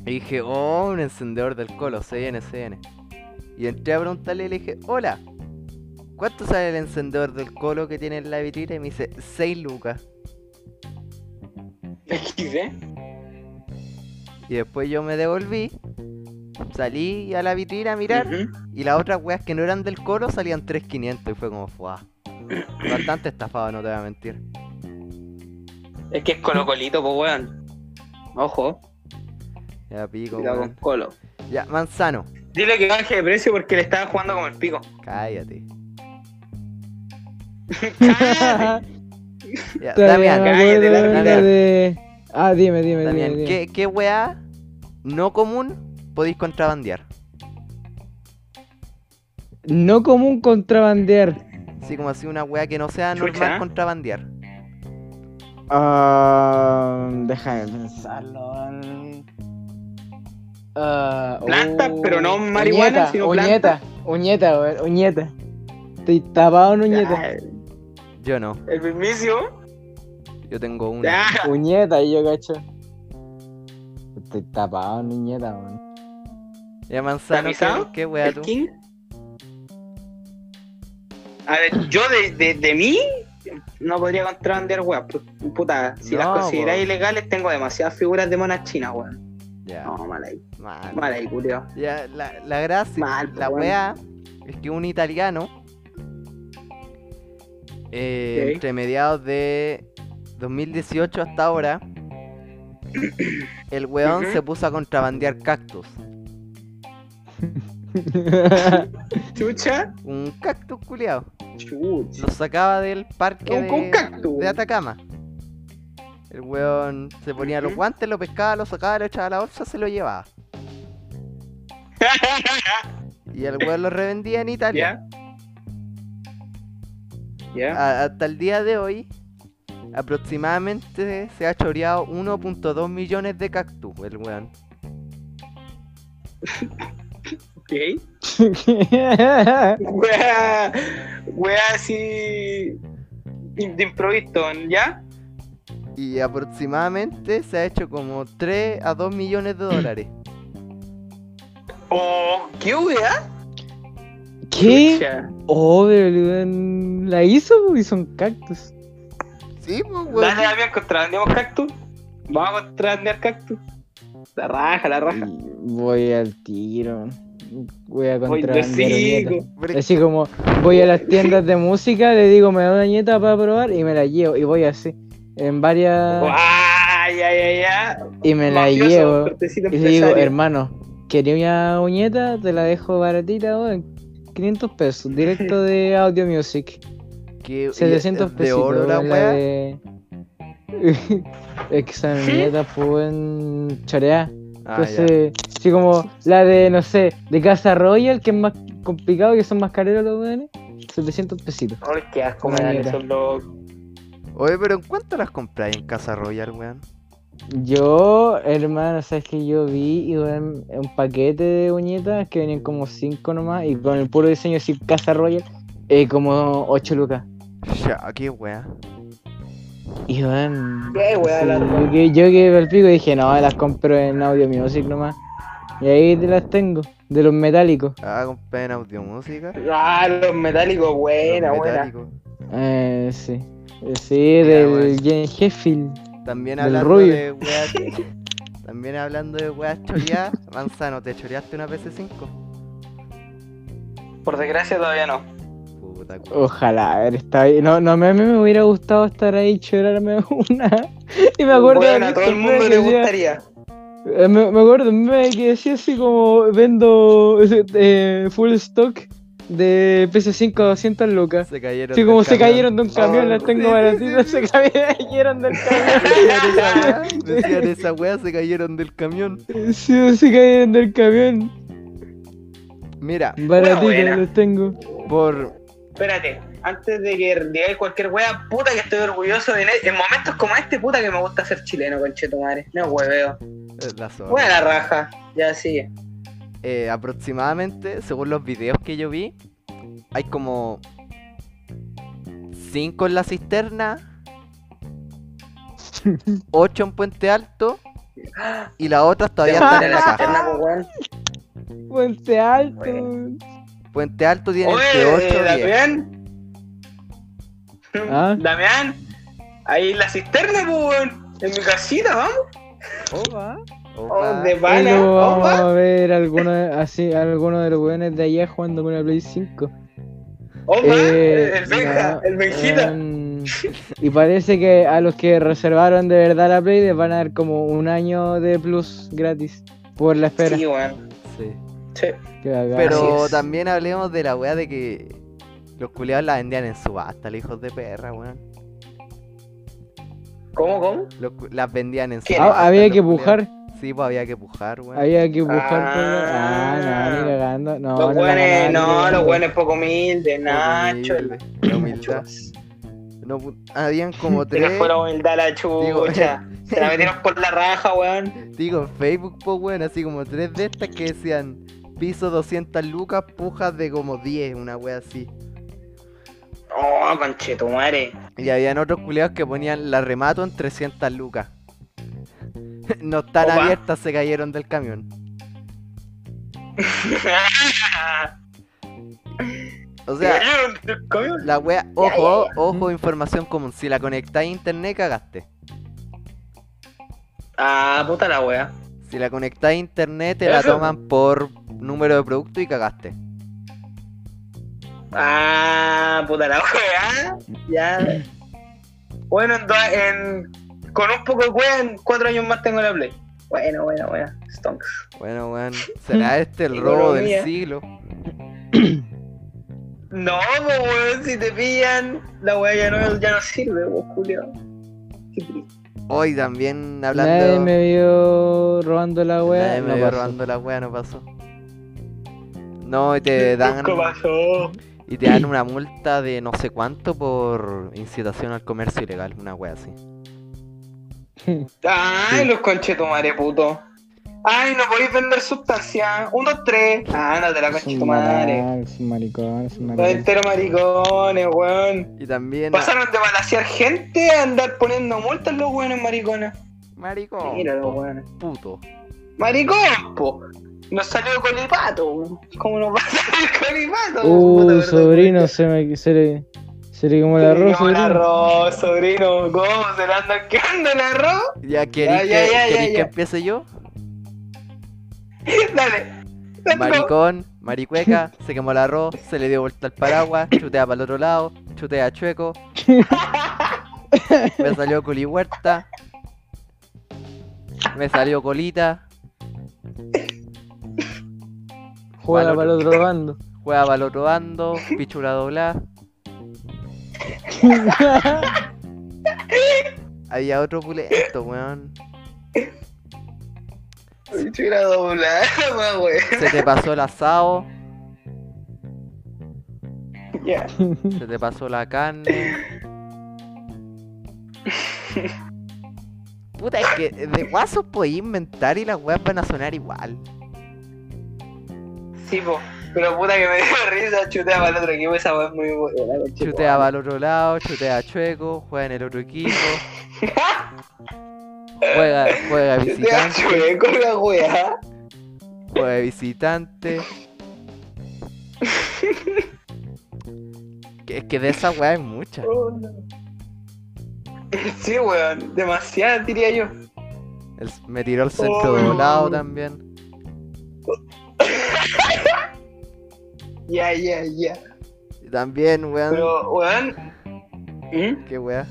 S2: Y dije, oh, un encendedor del colo, se viene, se viene. Y entré a preguntarle y le dije, hola, ¿cuánto sale el encendedor del colo que tiene en la vitrina? Y me dice, 6 lucas.
S1: XD.
S2: Y después yo me devolví, salí a la vitrina a mirar.
S1: Ujú.
S2: Y las otras weas que no eran del coro salían 3500 y fue como fue. Bastante estafado, no te voy a mentir.
S1: Es que es colocolito, pues weón. Ojo,
S2: Ya pico,
S1: cuidado con
S2: weón.
S1: colo.
S2: Ya, manzano.
S1: Dile que baje de precio porque le estaba jugando como el pico.
S2: Cállate.
S1: Cállate.
S2: Ya,
S3: [LAUGHS] Todavía
S2: Damián,
S3: me acuerdo
S1: cállate,
S3: de la
S2: Damián.
S3: de- Ah, dime, dime,
S2: Damián,
S3: dime. dime.
S2: ¿qué, ¿qué wea no común podéis contrabandear?
S3: No común contrabandear.
S2: Así como así una wea que no sea
S1: Chucha.
S2: normal contrabandear.
S3: Ah, déjame pensarlo. Ah,
S1: Plantas,
S3: oh,
S1: pero no marihuana,
S3: uñeta,
S1: sino
S3: uñeta, uñeta, weón, uñeta. Estoy tapado
S1: [LAUGHS]
S3: en uñeta.
S1: Ya,
S2: Yo no,
S1: El mismísimo.
S2: yo tengo una.
S1: Ya.
S3: Uñeta, y yo cacho. Estoy tapado en uñeta, weón. [LAUGHS]
S2: Ya, manzano, ¿qué,
S1: ¿Tamizado?
S2: qué wea
S1: ¿El
S2: tú?
S1: King? A ver, yo de, de, de mí no podría contrabandear weón. pu- Puta, si las
S2: No,
S1: consideráis
S2: weón.
S1: ilegales, tengo demasiadas figuras de monas chinas, weón.
S2: Ya,
S1: No, mal ahí.
S2: mal.
S1: Mal ahí, culiao.
S2: Ya, la, la gracia,
S1: Mal, pues, po,
S2: la
S1: weón.
S2: wea es que un italiano, eh,
S1: Ok.
S2: entre mediados de 2018 hasta ahora, el weón
S1: Ujú.
S2: se puso a contrabandear cactus.
S1: Chucha.
S2: Un cactus culiao.
S1: Chucha.
S2: Lo sacaba del parque
S1: Un- un
S2: de,
S1: cactus.
S2: de Atacama. El weón se ponía los
S1: Ujú.
S2: guantes, lo pescaba, lo sacaba, lo echaba a la bolsa, se lo
S1: [LAUGHS]
S2: llevaba. Y el weón lo revendía en Italia.
S1: ¿Ya? ¿Ya?
S2: a- hasta el día de hoy, aproximadamente se ha choreado 1.2 millones de cactus, el weón.
S1: Ok. Wea, wea así im- de improviso, ¿ya?
S2: Y aproximadamente se ha hecho como 3 a 2 millones de dólares.
S1: Oh, ¿qué wea?
S3: ¿Qué?
S1: Chucha.
S3: Oh, pero, weón, la hizo, hizo un cactus.
S2: [CLEARS THROAT] Sí, pues, weón.
S1: Dale, Damián, contrabandeamos cactus. Vamos a contrabandear cactus. La raja, la raja.
S3: Voy al tiro. Voy a
S1: Voy
S3: contrabandear
S1: de
S3: uñeta.
S1: cinco.
S2: Pero es
S3: Así como voy a las tiendas de música, le digo, me da una ñeta para probar y me la llevo. Y voy así, en varias...
S1: Ay, ay, ay, ay.
S3: y Ah. me la
S1: Mafioso,
S3: llevo.
S1: cortecito
S3: Y le digo,
S1: empresario.
S3: hermano, quería una uñeta, te la dejo baratita, weón. 500 pesos,
S2: [LAUGHS]
S3: directo de Audio Music.
S2: que- y es-
S3: 700
S2: es
S3: pesos.
S2: de oro la weá.
S3: de... [LAUGHS] Es que esa uñeta pues, fue en chorear.
S2: Ah, ya.
S3: pues, eh, Entonces, sí, como la de, no sé, de Casa Royal, que es más complicados que son más careros los weones, 700 pesitos.
S1: Ay, qué asco me
S3: Una
S1: dan
S3: libra.
S1: esos los.
S2: Oye, pero ¿en cuánto las compráis en Casa Royal, weón?
S3: Yo, hermano, sabes que yo vi y weón, un paquete de uñetas que venían como 5 nomás y con el puro diseño así, Casa Royal, eh, como 8 lucas.
S2: Ya, qué weón.
S3: Y weón,
S1: Qué wea,
S3: sí,
S1: la
S3: yo que, yo que me pico dije, no, las compro en Audio Music nomás. Y ahí te las tengo, de los metálicos.
S2: Ah, compré en audio música.
S1: Ah, los metálicos, buena, buena.
S3: Eh, sí. Eh, Sí,
S2: Ya,
S3: del
S2: weón.
S3: Jane Heffield.
S2: También
S3: Del
S2: hablando
S3: rubio.
S2: de weas. [LAUGHS] también hablando de weas choreadas, Manzano, ¿te choreaste una PC5?
S1: Por desgracia todavía no.
S2: Puta,
S3: Oh.
S2: weón.
S3: Ojalá haber estado ahí. No, no, a mí me hubiera gustado estar ahí y chorarme [LAUGHS] una. Y me acuerdo.
S1: Bueno, a
S3: de
S1: todo el mundo le gustaría.
S3: Me, eh, me acuerdo de un meme que decía así como: vendo eh, full stock de PS5 a 200 lucas.
S2: Se cayeron.
S3: Así
S2: del
S3: como se
S2: camión.
S3: cayeron de un camión, las
S1: Oh,
S3: tengo
S2: Sí,
S3: baratitas,
S1: [LAUGHS]
S2: sí,
S3: se cayeron del
S2: Decían esa-
S3: [LAUGHS] camión.
S2: Decían esa wea, se cayeron del camión.
S3: Sí, se cayeron del camión.
S2: Mira,
S1: buena.
S3: Baratitas las tengo.
S2: por. eh,
S1: Espérate, antes de que digáis cualquier wea, puta que estoy orgulloso de en momentos como este, puta que me gusta ser chileno, conchetumare. No hueveo.
S2: eh, La zorra.
S1: Buena la raja. Ya sigue.
S2: eh, aproximadamente, según los videos que yo vi, hay como 5 en la
S3: [LAUGHS]
S2: cisterna, 8 en Puente Alto y las otras todavía
S1: Te
S2: están
S1: mandan
S2: en
S1: la
S2: la caja.
S1: cisterna, pues, weón.
S3: Puente alto.
S1: Bueno.
S2: Puente Alto tiene entre 8
S1: Oye,
S2: y 10.
S1: Damián.
S3: Ah.
S1: [LAUGHS] Damián, ahí en la cisterna, pues, weón. En mi casita, vamos.
S3: Opa.
S2: Opa.
S1: Oh, de pana.
S3: Pero vamos
S1: Opa.
S3: a ver alguno de, así, alguno de los weones de allá jugando con el Play 5.
S1: Opa.
S3: Eh,
S1: Oh, [LAUGHS] el Benja,
S3: no, eh,
S1: el Benjita.
S3: weón. y parece que a los que reservaron de verdad la Play les van a dar como un año de plus gratis por la espera.
S1: Sí, weón.
S2: Sí.
S1: Sí.
S3: Qué bacán.
S1: Así
S3: Ah,
S2: Pero
S1: es.
S2: también hablemos de la weá de que los culiados la vendían en subasta, los hijos de perra, weón.
S1: ¿Cómo, cómo?
S2: Los cu- Las vendían en
S1: ¿Quién?
S2: subasta.
S3: Ah, había
S2: los
S3: que
S2: culiados.
S3: pujar,
S2: Sí, pues había que pujar, weón.
S3: había que pujar. por-
S1: Ah.
S3: Ah, no, ni cagando. No,
S1: los
S3: no, la
S1: buenos,
S3: ganaban, ni
S1: no, los
S3: cagando.
S1: buenos poco humildes, Nacho.
S2: Humilde, La humildad. No, pu- habían
S3: [LAUGHS]
S2: como
S1: Se les
S2: tres.
S1: fue la humildad a la chucha. Se la metieron por la raja, weón.
S2: Digo, en Facebook, pues, weón, así como tres de estas que decían piso 200 lucas, pujas de como 10, una wea así.
S1: Oh, conchetumare.
S2: Y habían otros culiados que ponían la remato en 300 lucas. [LAUGHS] No están
S1: Opa.
S2: abiertas, se cayeron del
S1: [LAUGHS]
S2: camión. O sea, la wea, ojo, ojo, información común. Si la conectáis a internet, cagaste.
S1: Ah, puta la wea.
S2: Si la conectáis a internet, te la
S1: Eso.
S2: toman por número de producto y cagaste.
S1: Ah, puta la wea. Ya. Bueno, en, do- en- con un poco de wea, en cuatro años más tengo la play. Bueno, bueno, bueno. Stonks.
S2: Bueno, weón,
S1: [LAUGHS]
S2: ¿será este el robo
S1: Economía.
S2: del siglo?
S1: No, pues, weón, si te pillan, la wea ya no, ya no sirve, vos, Julio. Qué triste.
S2: Hoy también hablando.
S3: Nadie me vio robando la wea.
S2: Nadie me
S3: no
S2: vio
S3: pasó.
S2: robando la wea, no pasó. No, y te Eh, dan
S1: Nunca pasó.
S2: y te dan una multa de no sé cuánto por incitación al comercio ilegal, una wea así.
S1: Ay,
S2: Sí.
S1: los conchetumare, puto. Ay, no podéis vender sustancia. Un, dos, tres. Ah, ándate la
S3: Es un
S1: conchetumare.
S3: maricón, es un maricón, es un
S1: Los
S3: maricón.
S1: enteros maricones, weón.
S2: Y también ah,
S1: Pasaron de balasear gente a andar poniendo multas los weones maricones.
S2: maricón,
S1: Mira los weones.
S2: puto.
S1: Maricón, po. Nos salió el colipato, weón. ¿Cómo [LAUGHS] nos va a salir el colipato?
S3: Uh,
S1: Puta,
S3: sobrino, se me se le, se le quemó el
S1: verdad.
S3: arroz.
S1: Como el
S3: sobrino.
S1: arroz, sobrino. ¿Cómo se le anda quedando el arroz? [LAUGHS]
S2: ¿Ya queréis
S1: ya,
S2: que,
S1: ya,
S2: queréis
S1: ya,
S2: que
S1: ya.
S2: empiece
S1: [LAUGHS]
S2: yo?
S1: Dale. Let's go.
S2: Maricón, maricueca,
S1: [LAUGHS]
S2: se quemó el arroz, se le dio vuelta al paraguas, chutea para el otro lado,
S1: [LAUGHS]
S2: chutea chueco. Me salió colihuerta. Me salió colita,
S3: Juega para el otro bando.
S2: juega para el otro bando, pichula doblada. Había otro pulento, weón.
S1: Ay, chuta doblada, [LAUGHS] weón.
S2: Se te pasó el asado.
S1: Ya.
S2: Se te pasó la carne. Puta, es que de guasos podéis inventar y las weas van a sonar igual.
S1: Sí, po. Pero puta que me dio risa, chuteaba al otro equipo, esa weá es muy buena. la concha,
S2: Chutea va al otro lado, chutea chueco, juega en el otro equipo. Juega, juega
S1: weón. Chutea
S2: visitante,
S1: chueco la weá.
S2: juega
S1: [LAUGHS]
S2: visitante. Que- Es que de esa wea hay muchas.
S1: Oh, no. Sí, weón. Demasiada, diría yo.
S2: El- me tiró el
S1: Oh,
S2: centro doblado también.
S1: Ya, ya, ya.
S2: También, weón.
S1: Pero, weón. ¿Mm?
S2: Qué wea.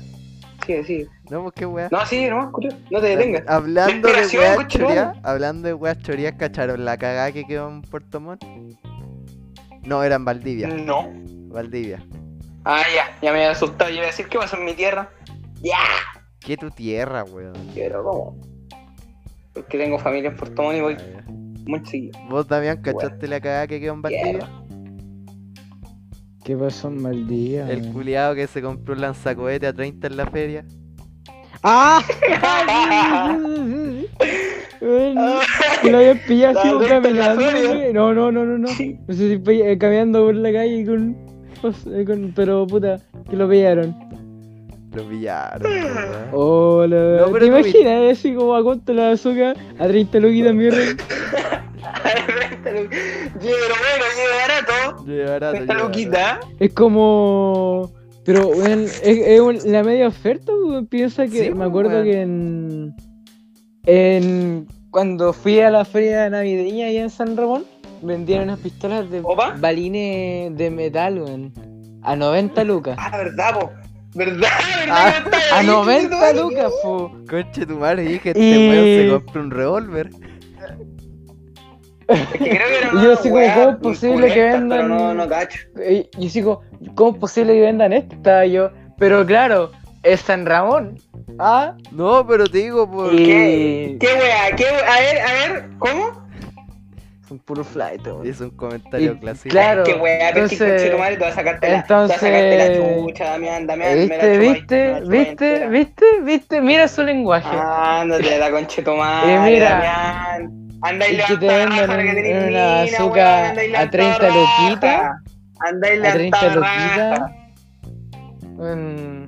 S1: Sí, sí.
S2: No, pues qué wea.
S1: No, sí, no, escucha. No te detengas.
S2: Ah, Hablando de
S1: Respiración,
S2: weas
S1: conchetumare.
S2: chorías, hablando de weas chorías, ¿cacharon la cagada que quedó en Puerto Montt? No, era en Valdivia.
S1: No.
S2: Valdivia.
S1: Ah, ya. Ya me había asustado. Yo iba a decir, ¿qué pasó en mi tierra? Ya.
S2: ¿Qué tu tierra, weón?
S1: Pero, ¿cómo? Porque tengo familia en Puerto Montt y voy
S2: Ah, ya.
S1: muy
S2: [LAUGHS]
S1: seguido.
S2: ¿Vos, Damián, cachaste la cagada que quedó en Valdivia?
S3: ¿Qué pasó en Maldivia?
S2: El
S3: weón?
S2: culiado que se compró un lanzacohete a 30 en la feria.
S3: ¡Ah! Bueno, lo había pillado así
S1: La
S3: como
S1: recta en la
S3: caminando.
S1: feria.
S3: güey. No, no, no, no, no. No sé si fue eh, caminando por la calle con, pues, eh, con- Pero puta, que lo pillaron.
S2: Lo pillaron, weón.
S3: Oh. Hola.
S2: No, pero
S3: ¿Te
S2: no vi-
S3: imaginas así como a cuánto la azúcar? A 30 luquitas mi rey.
S1: Llevo bueno, [LAUGHS] llevo barato.
S2: Yo barato,
S1: Esta
S2: yo
S1: loquita.
S3: Es como. Pero, weón, es, es un- la media oferta, weón. Piensa que.
S2: Sí,
S3: me
S2: pues,
S3: acuerdo
S2: weón.
S3: que en. En. Cuando fui a la feria navideña allá en San Ramón, vendían unas pistolas de
S1: ¿Opa?
S3: balines de metal, weón. A 90
S2: [LAUGHS]
S3: lucas.
S1: Ah, verdad, po. ¿Verdad? [LAUGHS]
S2: Ah,
S1: ¿Verdad?
S3: A 90 lucas, po.
S2: barato. Conche tu madre, dije, este
S3: Y-
S2: weón se compró un revólver.
S3: Y [LAUGHS] yo así como, ¿cómo es posible que vendan-
S1: No, no cacho.
S3: Y y así como, ¿cómo es posible que vendan esto? Estaba yo. Pero claro, es San Ramón. Ah,
S2: No, pero te digo, por...
S3: Y-
S1: ¿Qué? ¿Qué wea? ¿Qué wea? A ver, a ver, ¿cómo?
S3: son puro flight, weón.
S2: Es un comentario
S3: Y-
S2: clásico.
S3: claro.
S1: ¿Qué wea? Pero es que
S3: entonces-
S1: conche tu madre, te vas a sacarte la, te vas a
S3: entonces-
S1: sacarte la chucha, Damián, Damián. me la
S3: ¿Viste,
S1: chupáis, me la chupáis
S3: viste, viste,
S1: entera.
S3: viste, viste? Mira su lenguaje.
S1: Ah, Ándate, la conche tu madre,
S3: [LAUGHS] Eh, mira.
S1: Damián. Andáis
S3: Y que te
S1: levantando
S3: vendan
S1: raja, que
S3: un-
S1: tenéis
S3: una
S1: mina,
S3: azúcar
S1: weón, andáis
S3: a
S1: levantando
S3: 30
S1: raja.
S3: loquitas.
S1: Andáis
S3: A 30
S1: levantando raja.
S3: loquitas. Mm,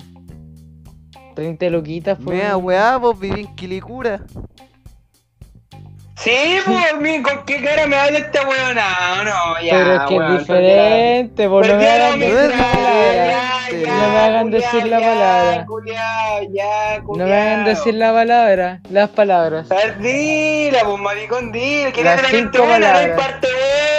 S3: 30 loquitas, por
S2: Mea weá, vos vivís en Quilicura.
S1: Sí, pues, mi, ¿con qué cara me habla este weón? No, no, ya.
S3: Pero es que
S1: weón,
S3: es diferente, por no me
S1: Perdieron
S3: hagan
S1: mi
S3: decir la
S2: trabajo,
S3: palabra.
S1: ya, ya,
S2: No
S3: me hagan decir la
S1: culiao,
S3: palabra.
S1: culiao, ya,
S3: No me hagan
S1: culiao.
S3: decir la palabra, las palabras.
S1: A ver, Dila, pues maricón, dila. Que
S3: Las
S1: la gente
S3: cinco
S1: buena, no hay
S3: palabras.
S1: parte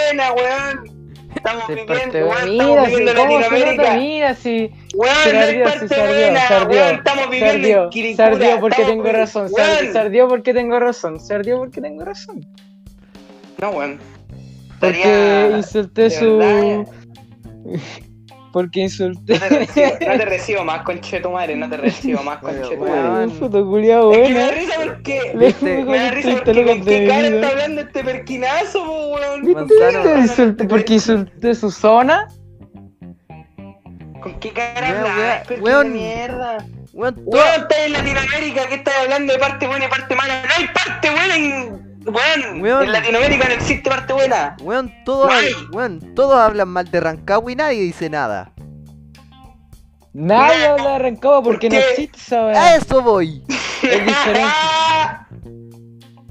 S1: buena, weón. Estamos
S3: Se
S1: viviendo,
S3: parte-
S1: weón,
S3: Mira,
S1: estamos
S3: si,
S1: viviendo en
S3: ¿cómo se nota?
S1: Latinoamérica.
S3: Mira, si.
S1: Weón,
S3: Se
S1: no hay
S3: ardió, sí,
S1: parte
S3: se ardió,
S1: buena,
S3: se ardió,
S1: weón. Estamos
S3: Se
S1: viviendo en
S3: ardió, se
S1: Quilicura.
S3: ardió porque
S1: estamos
S3: tengo
S1: vivi-
S3: razón, se
S1: Weón.
S3: ardió- se ardió porque tengo razón, se ardió porque tengo razón.
S1: No, weón.
S3: Porque
S1: Estaría-
S3: insulté
S1: de
S3: su.
S1: verdad. eh.
S3: Porque insulté.
S1: No te recibo, no te recibo más, conche tu madre. No te recibo
S3: [LAUGHS]
S1: más,
S2: Bueno,
S1: conche tu
S2: weón.
S1: madre.
S3: Un puto culiao,
S1: Es que me da
S3: bueno.
S1: risa porque.
S3: Le
S2: Viste,
S3: dijo
S1: Me da
S3: que
S1: risa
S3: 30
S1: porque
S3: lucas
S1: con
S3: de
S1: qué cara
S3: vida.
S1: está hablando este perquinazo, po, weón.
S2: Manzano.
S3: Te
S1: este
S3: insulté Porque insulté su zona.
S1: ¿Con qué cara
S2: Weón,
S1: hablas,
S2: weón,
S1: perquín
S2: weón.
S1: de mierda?
S2: Weón,
S1: Weón, estás en Latinoamérica, ¿qué estás hablando de parte buena y parte mala? No hay parte buena en... Weón,
S2: Weón.
S1: en Latinoamérica no existe parte buena.
S2: Weón, todos,
S1: Ay.
S2: weón, todos hablan mal de Rancagua y nadie dice nada.
S3: Nadie
S1: No.
S3: habla de Rancagua porque no
S1: ¿Por qué?
S3: existe esa
S2: A
S3: weá.
S2: eso voy.
S3: Es diferente.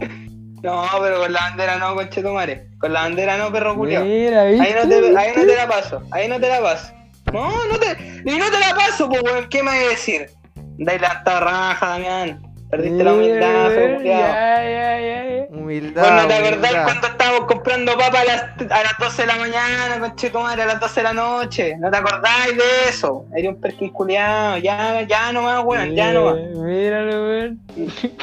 S1: [LAUGHS] no, pero con la bandera no, conchetumare. Con la bandera no, perro culiao.
S3: Mira,
S1: Ahí
S3: ¿viste?
S1: no, te, ahí no
S3: ¿Viste?
S1: te la paso, ahí no te la paso. No, no te, y no te la paso, pues, weón, ¿qué me vas a decir? Dai la alta raja, Damián. Perdiste la humildad,
S3: Mira,
S1: perro culiao.
S3: Ya, ya, ya, ya.
S2: Humildad.
S1: Vos no te acordás
S2: humildad.
S1: cuando estábamos comprando papa a las, a las 12 de la mañana, conchetumare, a las 12 de la noche. No te acordáis de eso. Eres un perkin culiao. Ya, ya nomás, weón, ya nomás.
S3: Mira, Míralo, weón.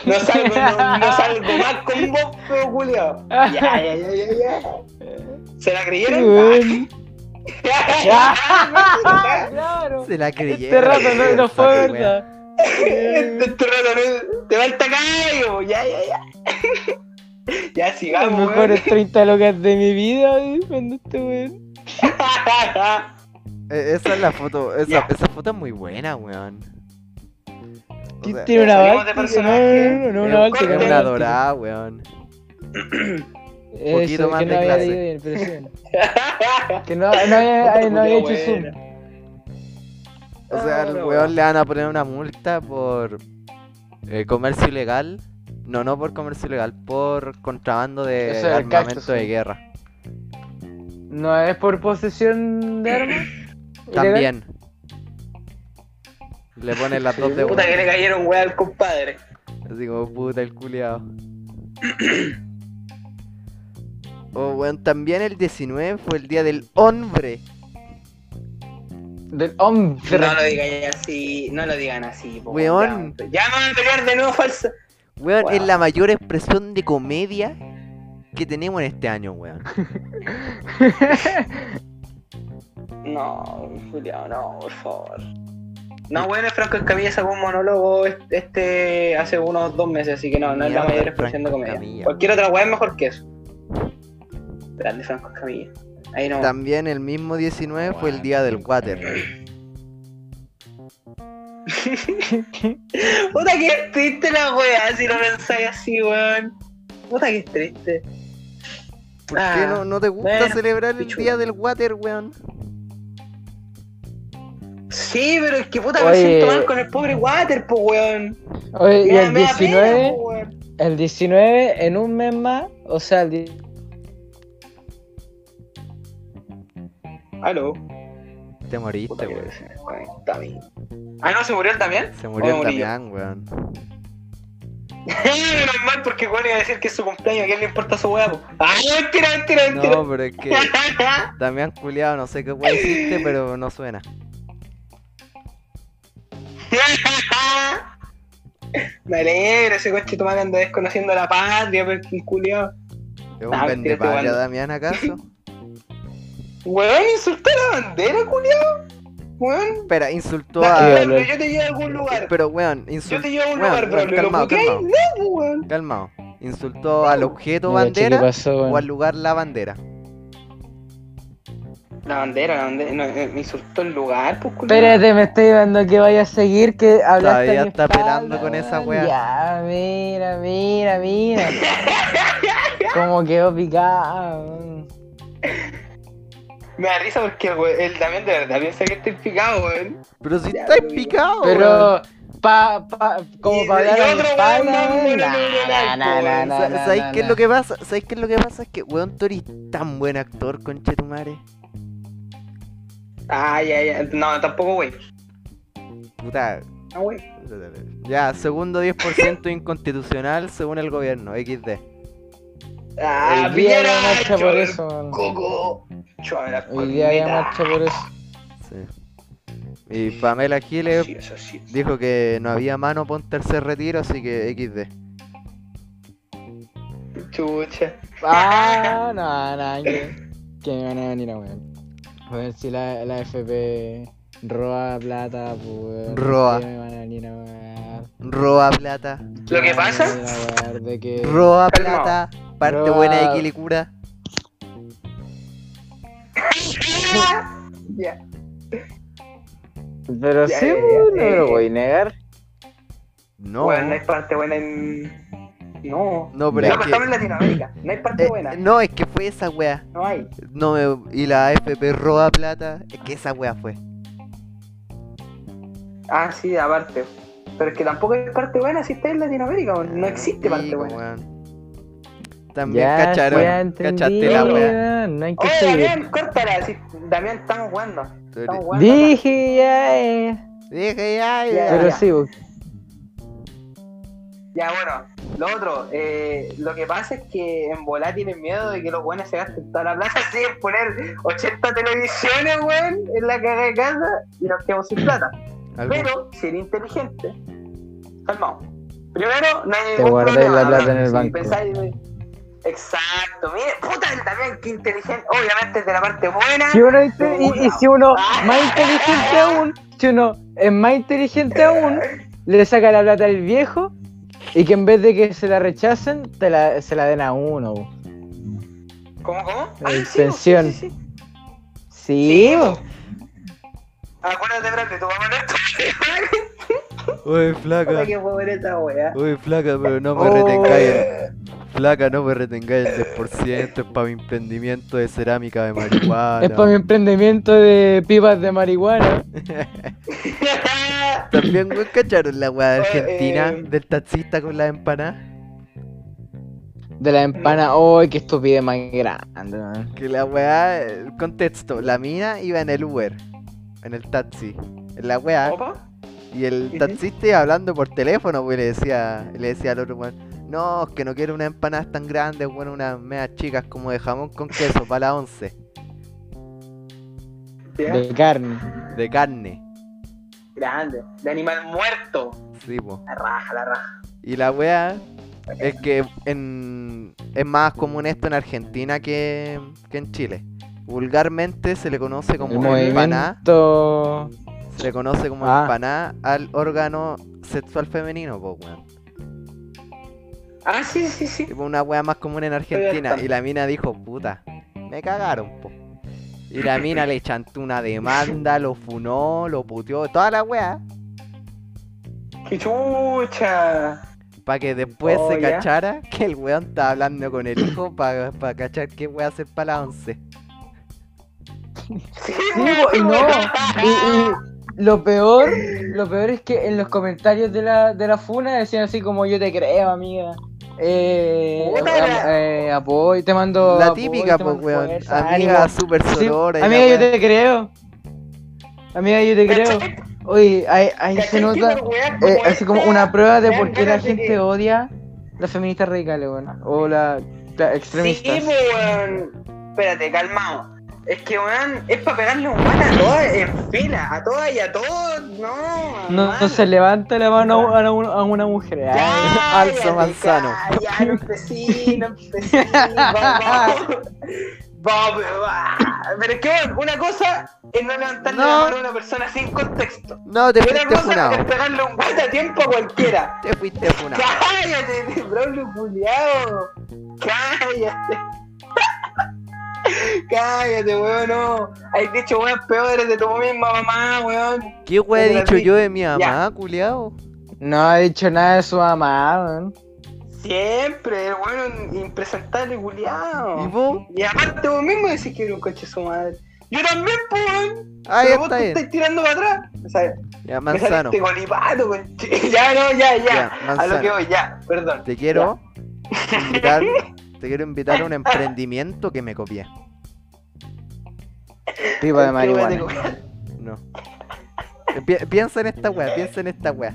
S1: No salgo, no,
S3: [LAUGHS]
S1: no salgo más con vos, pero culiao. Ya, ya, ya, ya, ya. ¿Se la [LAUGHS]
S3: Sí,
S1: creyeron?
S3: weón. Claro.
S2: Se la creyeron.
S3: Este rato no, no fue
S2: Saco, weón.
S3: verdad.
S1: Este este rato no- te falta callo, ya, ya, [LAUGHS] ya. Ya
S3: Los
S1: sigamos.
S3: mejores 30 locas de mi vida, weón, cuando este weón.
S1: weón. [LAUGHS]
S2: E- Esa es la foto. Esa,
S1: Ya.
S2: esa foto es muy buena, weón. O sea,
S3: Tiene una
S1: Salimos de
S3: báltica.
S1: personaje.
S3: No, no, no,
S2: es-
S3: una báltica.
S2: es
S1: corte.
S2: una dorada, weón.
S3: Eso,
S2: poquito más
S3: que
S2: de
S3: no había
S2: clase.
S3: leído bien,
S2: [LAUGHS]
S3: pero sí. Que no, no había, ay, no había hecho zoom.
S2: O sea, al
S1: Ahora,
S2: weón
S1: weón.
S2: le van a poner una multa por eh, comercio ilegal. No, no por comercio ilegal, por contrabando de
S3: Eso es el
S2: armamento
S3: cactus,
S2: de
S3: sí.
S2: guerra.
S3: No es por posesión de armas.
S2: [LAUGHS]
S3: ¿Ilegal?
S2: También. Le ponen las dos de
S1: Puta que
S2: vuelta.
S1: le cayeron weá al compadre.
S2: Así como puta el culiao. Oh, weón, también el 19 fue el día del hombre.
S3: Del hombre.
S1: No lo digan así, no lo digan así, po,
S2: Weón.
S1: Ya, ya me van a pelear de nuevo falsa.
S2: Weón, es
S1: Wow.
S2: la mayor expresión de comedia que tenemos en este año, weón.
S1: No, Julián, no, por favor. No, bueno, Franco Escamilla sacó un monólogo este- este hace unos dos meses, así que no, no es la
S2: Mierda,
S1: mayor expresión de
S2: Franco
S1: comedia.
S2: Escamilla.
S1: Cualquier otra weá es mejor que eso. Grande Franco Escamilla. Ahí
S3: Ah.
S1: no.
S2: También el mismo 19 fue el día del water.
S1: Puta que triste la weá si lo pensáis así, weón. Puta que triste.
S2: ¿Por
S1: Ah,
S2: qué no, no te gusta
S1: bueno,
S2: celebrar el
S1: pichudo.
S2: día del water, weón?
S1: Sí, pero es que puta me
S3: Oye.
S1: siento mal con el pobre Water, po weón.
S3: Oye, y
S1: Me da-
S3: el
S1: me da pena,
S3: 19,
S1: po, weón.
S3: el 19 en un mes más, o sea, el di-
S1: Aló.
S2: Te
S1: Puta
S2: moriste,
S1: que
S2: Este weón.
S1: se desconecta a mí. Ah, no, se murió él también. [LAUGHS]
S2: Se murió el
S1: morí yo. [LAUGHS]
S2: Damián, weón.
S1: Menos mal porque bueno iba a decir que es su cumpleaños, que a él le importa su huevo. Ay, mentira, mentira, mentira.
S2: No, pero es que Damián culiado, no sé qué weón hiciste, pero no suena.
S1: [LAUGHS] Me alegro, ese coche tu madre anda desconociendo la patria, pero qué culiao.
S2: ¿Es un
S1: Ah,
S2: vende
S1: mentira, estoy jugando. [LAUGHS]
S2: Damián, acaso?
S1: Weón, insultó la bandera, culiao. Weón,
S2: Espera, insultó
S1: dale,
S2: a.
S1: Braulio, yo te llevo a algún lugar.
S2: Pero weón,
S1: Yo
S2: insultó.
S1: te llevo a un
S2: Weón,
S1: lugar,
S2: weón,
S1: bro. Lo
S2: calmado,
S1: bloqueáis,
S2: calmado.
S1: no, weón.
S2: Calmado. Insultó al objeto
S3: Mira, che, ¿qué
S2: bandera
S3: pasó,
S2: o al
S3: weón?
S2: lugar la bandera.
S1: La bandera, la bandera, no, eh, me insultó el lugar, pues culiao.
S3: Espérate, me estoy dando que vaya a seguir, que hablaste
S2: Todavía
S3: a mi
S2: está
S3: espalda,
S2: pelando con esa
S3: weón.
S2: weá.
S3: Ya, mira, mira, mira. Como quedó picado. weón.
S1: Me da risa porque el, we- el Damián de verdad piensa que estoy picado, weón.
S2: Pero si
S1: Ya,
S2: estáis
S1: pero-
S2: picado, weón.
S3: Pero, pa, pa, como
S1: Y-
S3: para
S1: y
S3: hablar a mi
S1: otro weón
S3: espalda,
S1: más
S3: weón.
S1: bueno,
S3: Nah, nah, nah, nah,
S1: weón.
S3: nah,
S2: Sa-
S3: nah,
S2: ¿Sabéis
S3: nah,
S2: qué es
S3: nah.
S2: lo que pasa? ¿Sabéis qué es lo que pasa? Es que weón Tori es tan buen actor, conchetumare.
S1: Ay, ay, ay. No, tampoco, güey.
S2: Puta.
S1: No, güey.
S2: Ya, segundo 10% inconstitucional según el gobierno, XD.
S1: Ah,
S3: Hoy día
S1: Piñera,
S3: había marcha por
S1: chorro,
S3: eso, weón.
S1: Coco. Chúame la
S3: Hoy día había
S1: corneta.
S3: marcha por eso.
S2: Sí. Y Pamela Giles
S1: Sí, eso sí.
S2: dijo que no había mano por un tercer retiro, así que XD.
S1: Chucha.
S3: Ah, no, no, que, que me van a venir a weón. A ver si la, la FP roba plata, pues. weón,
S2: Roba.
S3: Que me van a venir a weón.
S2: Roba plata,
S1: Lo que pasa-
S3: De que...
S2: roba
S1: Calmao.
S2: plata, parte
S3: Roba-
S2: buena de Quilicura.
S1: Ya.
S3: Pero
S1: Ya,
S3: sí,
S1: ya, ya,
S3: weón, no
S1: eh,
S3: me lo
S1: eh.
S3: voy a negar.
S2: No,
S1: Bueno, no hay parte buena en. No.
S2: no, pero
S1: Pero
S2: es
S1: estamos
S2: que,
S1: en Latinoamérica. No hay parte
S2: eh,
S1: buena.
S2: no, es que fue esa wea.
S1: No hay.
S2: No me- y la AFP roba plata, es que esa wea fue.
S1: Ah, sí, aparte. Pero es que tampoco hay parte buena si está en Latinoamérica. weón. No existe parte
S2: Pico,
S1: buena.
S2: pues, weón. También
S3: Ya,
S2: cacharon,
S3: ya
S2: cachaste la
S3: entendí,
S2: wea.
S3: weón, No hay que
S1: Oye,
S3: seguir.
S1: Damián, córtala. Si, Damián, estamos jugando. Estamos
S2: Tori-
S1: jugando.
S3: Dije ya, eh.
S2: Dije, ya, ya.
S1: Ya,
S3: Pero
S1: ya.
S3: sí, weón.
S1: Ya, bueno, lo otro, eh, lo que pasa es que en Volá tienen miedo de que los buenos se gasten toda la [LAUGHS] plaza así en poner 80 televisiones, weón, en la caga de casa y nos quedamos sin plata.
S2: Algún-
S1: Pero, si eres inteligente, calmado. Primero, no hay ningún
S3: guardáis
S1: problema,
S3: la plata
S1: ¿no?
S3: en el
S1: Si
S3: banco.
S1: pensáis, eh, Exacto, mire, puta, él también, qué inteligente. Obviamente es de la parte buena.
S3: Si uno es inte- y, y si uno más inteligente aún, si uno es más inteligente aún, le saca la plata al viejo y que en vez de que se la rechacen, te la, se la den a uno. po.
S1: ¿Cómo, Ah, cómo?
S3: Extensión.
S1: sí, sí, sí.
S3: Sí, po.
S1: Acuérdate, grande, tu mamá no es
S2: Uy,
S1: Puta
S2: flaca.
S1: que Oh. pobre esa wea.
S2: Uy, flaca, pero no me retengáis. Flaca, no me retengáis el 10%. Es para mi emprendimiento de cerámica de marihuana.
S3: Es para mi emprendimiento de pipas de marihuana.
S2: También, weón, ¿cacharon la weá de
S1: Oye,
S2: Argentina?
S1: eh.
S2: Del taxista con las empanadas.
S3: De la empana.
S1: Mm.
S3: ¡Ay, qué estupidez más grande! man.
S2: Que la weá, el contexto, la mina iba en el Uber, en el taxi. En la
S1: [LAUGHS]
S2: weá.
S1: ¿Opa?
S2: Y el
S1: Ujú.
S2: taxista iba hablando por teléfono, pues, y le decía, le decía al otro weón, no, es que no quiero unas empanadas tan grandes, weón, unas medias chicas como de jamón con queso, para la once,
S1: ¿Ya?
S3: De carne.
S2: de carne.
S1: Grande. De animal muerto.
S2: Sí, po.
S1: La raja, la raja.
S2: Y la weá es que en, es más común esto en Argentina que, que en Chile. Vulgarmente se le conoce
S3: El
S2: como empanada,
S3: movimiento.
S2: se le conoce como
S3: Ah.
S2: empanada al órgano sexual femenino, po, weón.
S1: Ah, sí, sí, sí.
S2: Tipo una wea más común en Argentina.
S1: harta.
S2: Y la mina dijo, puta, me cagaron, po. Y la mina le chantó una demanda, lo funó, lo puteó, toda la wea.
S1: ¡Qué chucha!
S2: Para que después
S1: Oh,
S2: se
S1: ya.
S2: cachara que el weón estaba hablando con el hijo para cachar qué wea hacer para la once.
S1: Sí,
S3: Sí, po, y no. Y, y lo peor, lo peor es que en los comentarios de la, de la funa decían así como yo te creo, amiga. Eh,
S1: Puta
S3: am-
S1: la-
S3: eh, apoyo, te mando.
S2: la
S3: apoyo,
S2: típica,
S3: te
S2: po,
S3: mando
S2: weón.
S3: fuerza,
S2: Amiga
S3: ánimo.
S2: súper
S3: Sí,
S2: sonora. y la
S3: amiga, yo
S2: wea.
S3: te creo.
S1: [LAUGHS]
S3: Amiga, yo te creo. Oye, ahí, ahí se nota eh, así como una prueba de por qué la gente odia las feministas radicales, weón. O la, la
S1: extremista. Sí,
S3: extremistas.
S1: po, weón. Espérate, calmado. Es que, weón, es para pegarle un mal a todas en fila. A todas y a todos. No.
S3: No,
S1: hermano.
S3: se levanta la mano a, una- a una mujer. Ay.
S1: Ya,
S2: Alzo
S1: ya,
S2: Manzano.
S1: Ya, ya, no empecé, no empecé. Vamos. Vamos, va. Pero es que bueno, una cosa es no levantarle
S2: No.
S1: la mano a una persona sin contexto.
S2: No, te
S1: Y otra
S2: fuiste
S1: cosa es
S2: funado.
S1: pegarle un guate a tiempo a cualquiera.
S2: Te fuiste funado.
S1: [LAUGHS] Cállate, Braulio culiao. Cállate. [LAUGHS] Cállate, weón, no. Has dicho weón peores de tu misma mamá, weón.
S2: ¿Qué wea he
S1: Pero
S2: dicho
S1: sí,
S2: yo de mi mamá, culiao?
S3: No ha dicho nada de su mamá, weón.
S1: Siempre, weón, impresentable culiao.
S2: ¿Y vos?
S1: Y aparte vos mismo decís que era un coche su madre. Yo también, po, weón.
S2: Ahí
S1: Pero vos
S2: Ah, está
S1: te
S2: bien.
S1: estás tirando para atrás. O sea, me
S2: Ya, manzano.
S1: saliste colipato, conche- [LAUGHS] Ya, no, ya,
S2: Ya,
S1: ya. a
S2: Manzano.
S1: lo que voy, ya, perdón.
S2: Te quiero
S1: [LAUGHS]
S2: invitar, te quiero invitar a un emprendimiento que me copié.
S3: Pipa de
S1: Te voy
S3: marihuana.
S1: a decorar.
S2: No. Pi- piensa en esta wea, piensa en esta wea.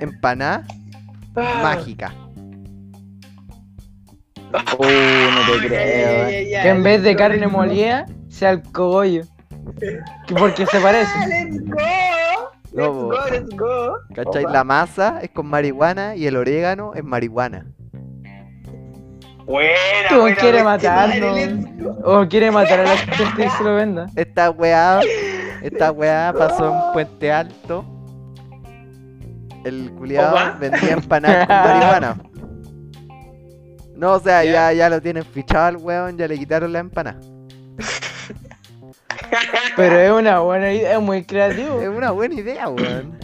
S2: Empanada
S1: Ah. [LAUGHS]
S2: mágica.
S3: Uh, no te creo, eh.
S1: ya,
S3: weón.
S1: ya, ya.
S3: Que en vez de
S1: Lo
S3: carne
S1: mismo.
S3: molida, sea el cogollo. Que Porque se
S1: Ah,
S3: parece.
S1: Let's go. Let's
S2: No,
S1: go, let's go.
S2: ¿Cachai?
S1: Opa.
S2: La masa es con marihuana y el orégano es marihuana.
S1: Buena,
S3: Tú
S1: buena,
S3: quieres
S1: buena,
S3: matarnos.
S1: let's go.
S3: O quiere matar a la gente y se lo venda.
S2: Esta weá,
S1: [LAUGHS]
S2: esta weá pasó en Puente Alto. El
S1: Opa.
S2: culiado vendía empanadas con marihuana. No, o sea, ya, ya lo tienen fichado al weón, ya le quitaron la empanada.
S3: Pero es una buena idea, es muy creativo.
S2: Es una buena idea, weón.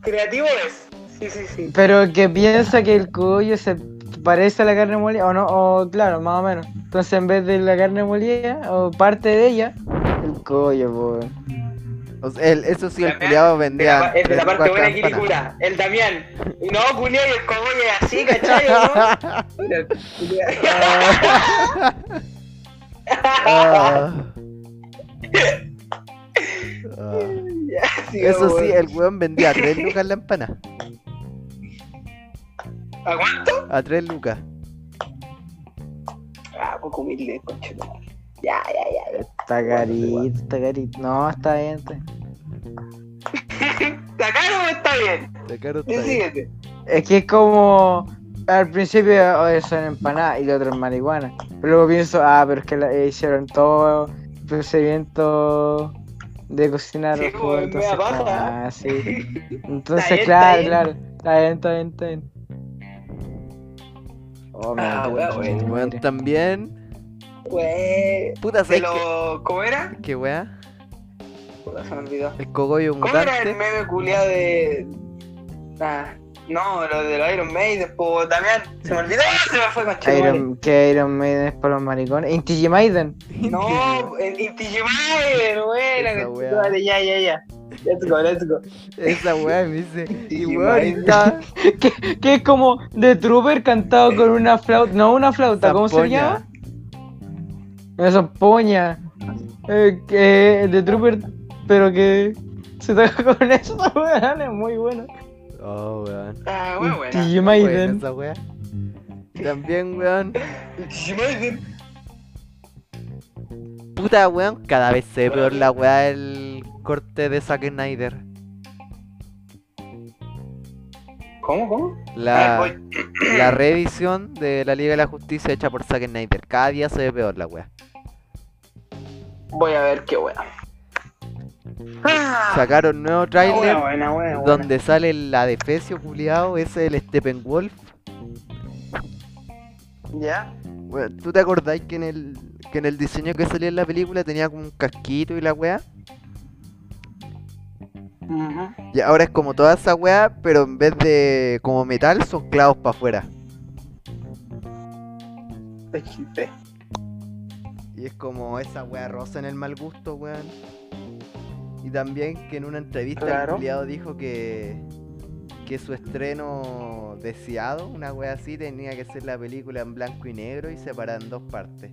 S1: Creativo es. Sí, sí, sí.
S3: Pero que piensa que el cogollo se parece a la carne molida, o no, o claro, más o menos. Entonces en vez de la carne molida, o parte de ella, el cogollo, po. weón.
S2: O sea, el- eso sí, el
S1: Damián,
S2: culiado
S1: De la,
S2: vendía.
S1: es de la parte buena de
S2: vendía empanadas.
S1: Kirikura, el Damián. Y No, culiao, y el cogollo es así, ¿cachai?
S2: [LAUGHS]
S1: o ¿no? Mira, el culiao.
S2: Ah. Ah.
S1: Ya, sí,
S2: Eso sí,
S1: weón.
S2: el weón vendía a 3 lucas la empana.
S1: ¿A cuánto?
S2: A 3 lucas.
S1: Ah, poco humilde, conche. tu madre. Ya, ya, ya.
S3: Está carito, está carito. No, está bien. está bien.
S1: [LAUGHS] ¿Está caro o está bien?
S2: De caro está bien.
S1: Decídete.
S3: Es que es como al principio oye, son empanadas y lo otro es marihuana. Pero luego pienso, ah, pero es que la- eh, hicieron todo el procedimiento de cocinar.
S1: Sí,
S3: los
S1: como
S3: jugos,
S1: en media paja.
S3: ah,
S1: [LAUGHS]
S3: sí. Entonces,
S1: bien,
S3: claro,
S1: está
S3: claro. Está bien, está bien, está bien. Oh, me
S1: Ah,
S3: mató,
S1: weá,
S3: concha
S1: weón.
S3: de
S2: El
S3: madre.
S2: weón también.
S1: Wey.
S2: Puta,
S1: Se
S2: ¿sabes qué?
S1: lo. ¿Cómo era?
S2: ¿Qué weá?
S1: Puta, se me olvidó.
S2: El cogollo
S1: ¿Cómo era el
S2: mutante.
S1: meme culiado de. Ah, no, lo del Iron Maiden, po, Damián. Se me olvidó, se me fue con
S3: Iron, que Iron Maiden es para los maricones. Inti Maiden.
S1: No, el Intigimaiden,
S2: Esa
S1: buena.
S2: wea.
S1: Dale, ya, ya, ya. Let's go, let's go.
S2: Esa weá me dice. Y
S1: Sí,
S2: weón,
S1: Maiden.
S2: está
S3: Que, que es como The Trooper cantado
S1: Eh,
S3: con una flauta. No, una flauta, ¿cómo se
S2: zampoña.
S3: llama? Eso, poña. Eh, que The Trooper, pero que se toca [LAUGHS] con eso, weón, es muy bueno.
S2: Oh, weón.
S1: Ah, wea, buena.
S3: Inti
S2: Buena
S3: Maiden.
S2: esa weá. Y También, weón.
S1: Intigimaiden.
S2: Puta, weón. Cada vez se ve peor la weá del corte de Zack Snyder.
S1: ¿Cómo, cómo? Ah,
S2: La,
S1: voy.
S2: la reedición de la Liga de la Justicia hecha por Zack Snyder. Cada día se ve peor la weá.
S1: Voy a ver qué buena. Ah,
S2: Sacaron nuevo
S1: buena,
S2: trailer
S1: buena, buena. buena.
S2: donde sale la de Fecio culiao, ese el Steppenwolf.
S1: ¿Ya?
S2: Weón, ¿Tú te acordáis que en el que en el diseño que salía en la película tenía como un casquito y la weá?
S1: Ujú.
S2: Y ahora es como toda esa weá, pero en vez de como metal son clavos para afuera.
S1: Te chiste.
S2: Y es como esa weá rosa en el mal gusto, weón. Y también que en una entrevista
S1: Claro.
S2: el culiao dijo que que su estreno deseado, una weá así, tenía que ser la película en blanco y negro y separada en dos partes.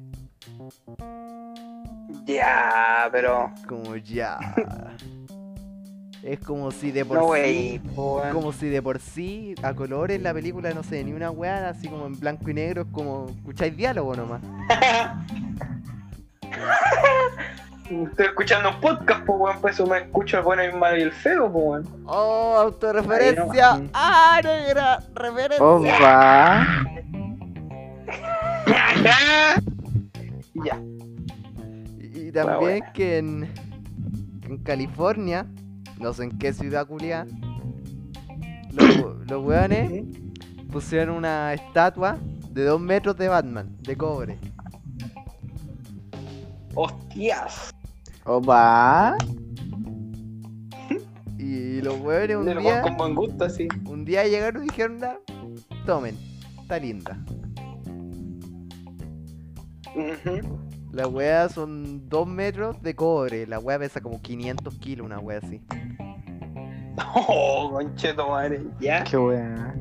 S1: Ya, pero. [LAUGHS]
S2: Como ya. es como si de por
S1: No,
S2: sí
S1: wey. po,
S2: Es
S1: weón.
S2: Como si de por sí, a colores, la película, no sé, ni una weá, así como en blanco y negro, es como, escucháis diálogo nomás.
S1: Estoy escuchando un podcast, pues, weón, pues eso me escucho el bueno, el malo y el feo, pues, weón.
S2: ¡Oh, autorreferencia!
S1: Ahí nomás.
S2: ¡Ah, negra! ¡Referencia!
S1: Oh,
S3: Opa.
S1: [LAUGHS] ya.
S2: Y, y
S1: Weá,
S2: también
S1: buena.
S2: que en, en California, no sé en qué ciudad culiá, los, los weones pusieron una estatua de dos metros de Batman, de cobre.
S1: Hostias.
S3: Opa.
S2: Y los weones un
S1: Del weón
S2: día,
S1: con buen gusto, así.
S2: un día llegaron y dijeron, "Ya, tomen, está linda.
S1: Ujú. [LAUGHS]
S2: La wea son 2 metros de cobre. La wea pesa como 500 kilos, una wea así.
S1: Oh, concheto madre. Ya.
S3: Qué buena.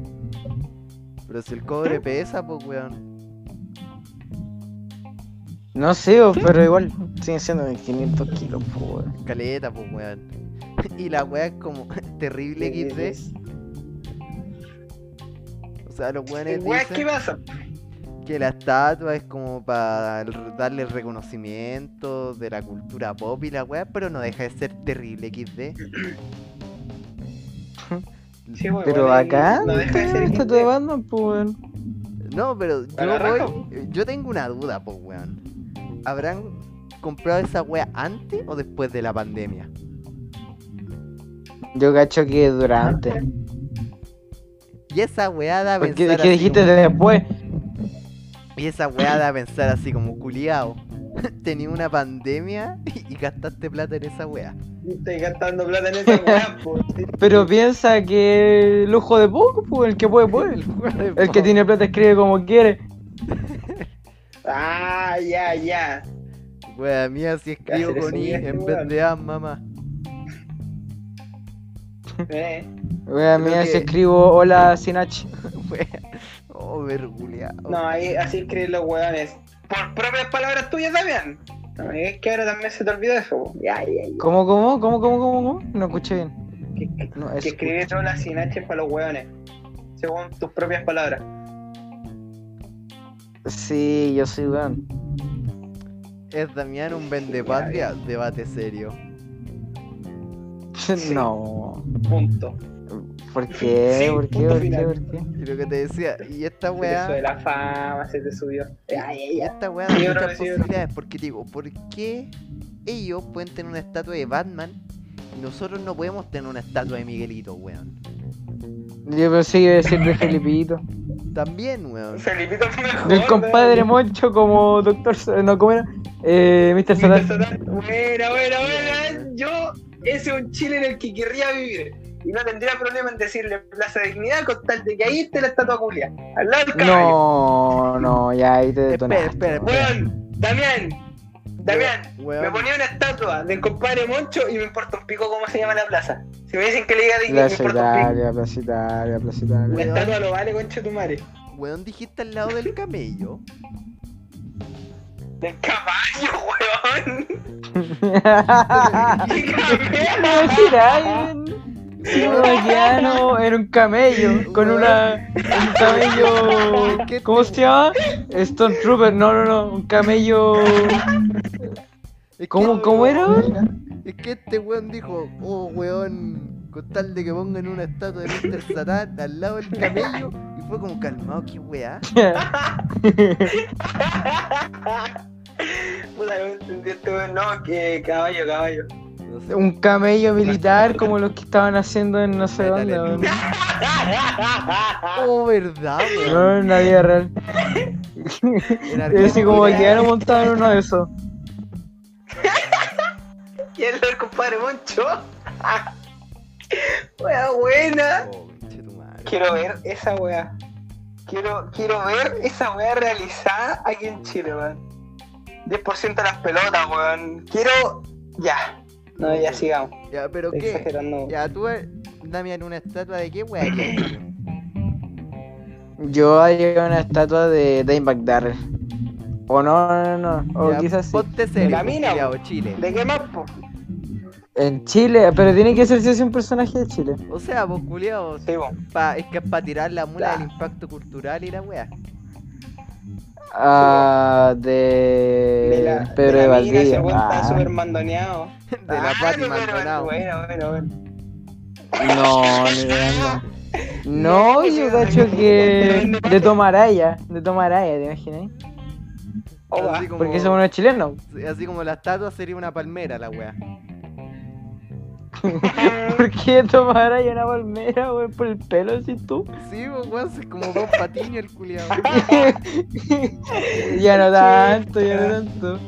S2: Pero si el cobre pesa, pues weón.
S3: No sé, bo, pero igual siguen siendo de 500 kilos, po, weón.
S2: Caleta, pues weón. [LAUGHS] Y la wea es como [LAUGHS] terrible XD. O sea, los weones
S1: Weón, ¿qué
S2: dicen
S1: pasa?
S2: que la estatua es como para darle reconocimiento de la cultura pop y la wea, pero no deja de ser terrible XD.
S1: Sí, weón,
S3: Pero
S1: weón,
S3: acá,
S1: No deja de ser.
S3: esta
S1: gente.
S3: de Batman, po, weón.
S2: No, pero
S1: A la
S2: yo
S1: raja,
S2: voy. Yo tengo una duda, pues weón. ¿Habrán comprado esa wea antes o después de la pandemia?
S3: Yo cacho que durante.
S2: Y esa weá da a
S3: ¿Por
S2: pensar.
S3: ¿Qué, qué
S2: así
S3: dijiste
S2: como-
S3: después?
S2: Y esa weá da a pensar así como culiao. [LAUGHS] Tenía una pandemia [LAUGHS] y gastaste plata en
S1: [LAUGHS]
S2: esa weá.
S1: Estoy gastando plata en esa weá, pues.
S3: Pero piensa que lujo de poco, po, el que puede, puede. El que tiene plata escribe como quiere.
S1: Ah, ya,
S2: [LAUGHS]
S1: ya.
S2: Wea mía, si escribo
S1: Cáceres,
S2: con I
S1: subí este
S2: en vez
S1: weón.
S2: de A, mamá. [LAUGHS]
S1: Eh.
S3: Wea,
S2: Creo
S3: mira, si
S2: que-
S3: escribo hola sin H.
S2: Wea. Oh, verguleao.
S1: No, ahí así escriben los huevones. Por propias palabras tuyas también. No me digas que ahora también se te olvidó eso. po. Ya, ya, ya.
S3: ¿Cómo, cómo, cómo, cómo, cómo? cómo? No escuché bien.
S1: Que, que,
S3: No,
S1: que
S3: es...
S1: escribes hola sin H para los huevones. Según tus propias palabras.
S3: Sí, yo soy weón. [LAUGHS]
S2: Es Damián un vendepatria, debate serio.
S3: No.
S1: Punto.
S3: ¿Por qué?
S1: Sí,
S3: ¿Por qué?
S1: punto
S3: ¿Por qué?
S1: final.
S3: ¿Por qué?
S2: Y lo que te decía, y esta
S1: Se te sube
S2: weá.
S1: la fama, se te subió. Ya, ya,
S2: Y
S1: ya.
S2: esta weá
S1: Sí,
S2: da
S1: yo creo
S2: muchas
S1: que sí, yo creo.
S2: posibilidades, porque digo, ¿por qué ellos pueden tener una estatua de Batman y nosotros no podemos tener una estatua de Miguelito, weón?
S3: Yo pensé que iba a decir de Felipito.
S2: También, weón.
S1: Felipito fue mejor.
S3: Del
S1: ¿no?
S3: compadre Moncho como doctor... No, ¿cómo era? Eh, Mr. Solar.
S1: Buena, buena, buena. Yo, ese es un Chile en el que querría vivir. Y no tendría problema en decirle Plaza Dignidad con tal de que ahí esté la estatua culia. Al lado del caballo.
S3: No, no, ya ahí te detonaste.
S2: espera, espera.
S1: Weón, Damián, Damián,
S2: Weón.
S1: me ponía una estatua del compadre Moncho y me importa un pico cómo se llama la plaza. Si me dicen que le diga dignidad, me
S3: Plaza
S1: importa un pico.
S3: Italia, Plaza Italia, Plaza Italia.
S1: La
S2: Weón.
S1: estatua lo vale, concha tu madre.
S2: Weón, dijiste al lado del
S3: [LAUGHS]
S2: camello.
S1: Del caballo,
S3: [LAUGHS]
S1: weón. ¡Qué camello! Ah,
S3: Guiano era un camello con una un camello ¿Cómo se llama? Stormtrooper, no, no, no, un camello [LAUGHS]
S2: Es
S3: ¿Cómo,
S2: que-
S3: cómo era?
S2: Es que este weón dijo, oh weón, con tal de que pongan una estatua de Mr. Satan al lado del camello. Y fue como calmado, qué weá.
S1: [LAUGHS] Puta, no entendí este weón. No, que caballo, [LAUGHS] caballo.
S2: No sé.
S3: Un camello militar como los que estaban haciendo en no sé dónde. weón.
S2: Oh, verdad, weón.
S3: No, en la vida real.
S2: En
S3: Es así como
S2: Argentina-
S3: quedaron montados en uno de esos.
S1: ¿Quién es el compadre Moncho? [LAUGHS] Wea buena.
S2: Oh, conchetumare.
S1: Quiero ver esa wea. Quiero, quiero ver esa wea realizada aquí en Chile, weón. 10% de las pelotas, weón. Quiero. Ya. No, ya sigamos.
S2: Ya, pero
S1: Estoy
S2: qué.
S1: exagerando.
S2: Ya, tú, eh, Damián, una estatua de qué weá.
S3: Yo haría una estatua de Dimebag Darrell. O no, no, no. O
S2: Ya,
S3: Oh, quizás sí.
S2: Ponte serio,
S1: La mina,
S2: culiao,
S1: weón.
S2: Chile.
S1: ¿De qué más, po?
S3: En Chile, pero tiene que ser si es un personaje de Chile.
S2: O sea, vos, culiao,
S1: Sí, po.
S2: pa- es que es para tirar la mula
S1: Ya.
S2: del impacto cultural y la weá.
S3: Ah, de.
S1: De la,
S3: Eh, Pedro de,
S1: de la mina, ese
S3: Valdivia.
S1: weón está
S3: Ah,
S1: súper mandoneado.
S2: De la
S1: Ah,
S2: Pati
S1: pero
S2: Maldonado.
S1: Bueno, bueno, bueno.
S3: no, ni cagando. No, yo
S1: [LAUGHS]
S3: cacho que. De Tomaraya. De Tomaraya, ¿te imaginas?
S1: Oh, va.
S2: Así como-
S3: Porque ese uno es chileno.
S2: Así como la estatua sería una palmera, la weá.
S3: [LAUGHS] ¿Por qué Tomaraya una palmera, weón? Por el pelo, así tú. [LAUGHS]
S2: Sí, pues, weón, es como dos patiños el culiao.
S3: ya no tanto, ya no tanto.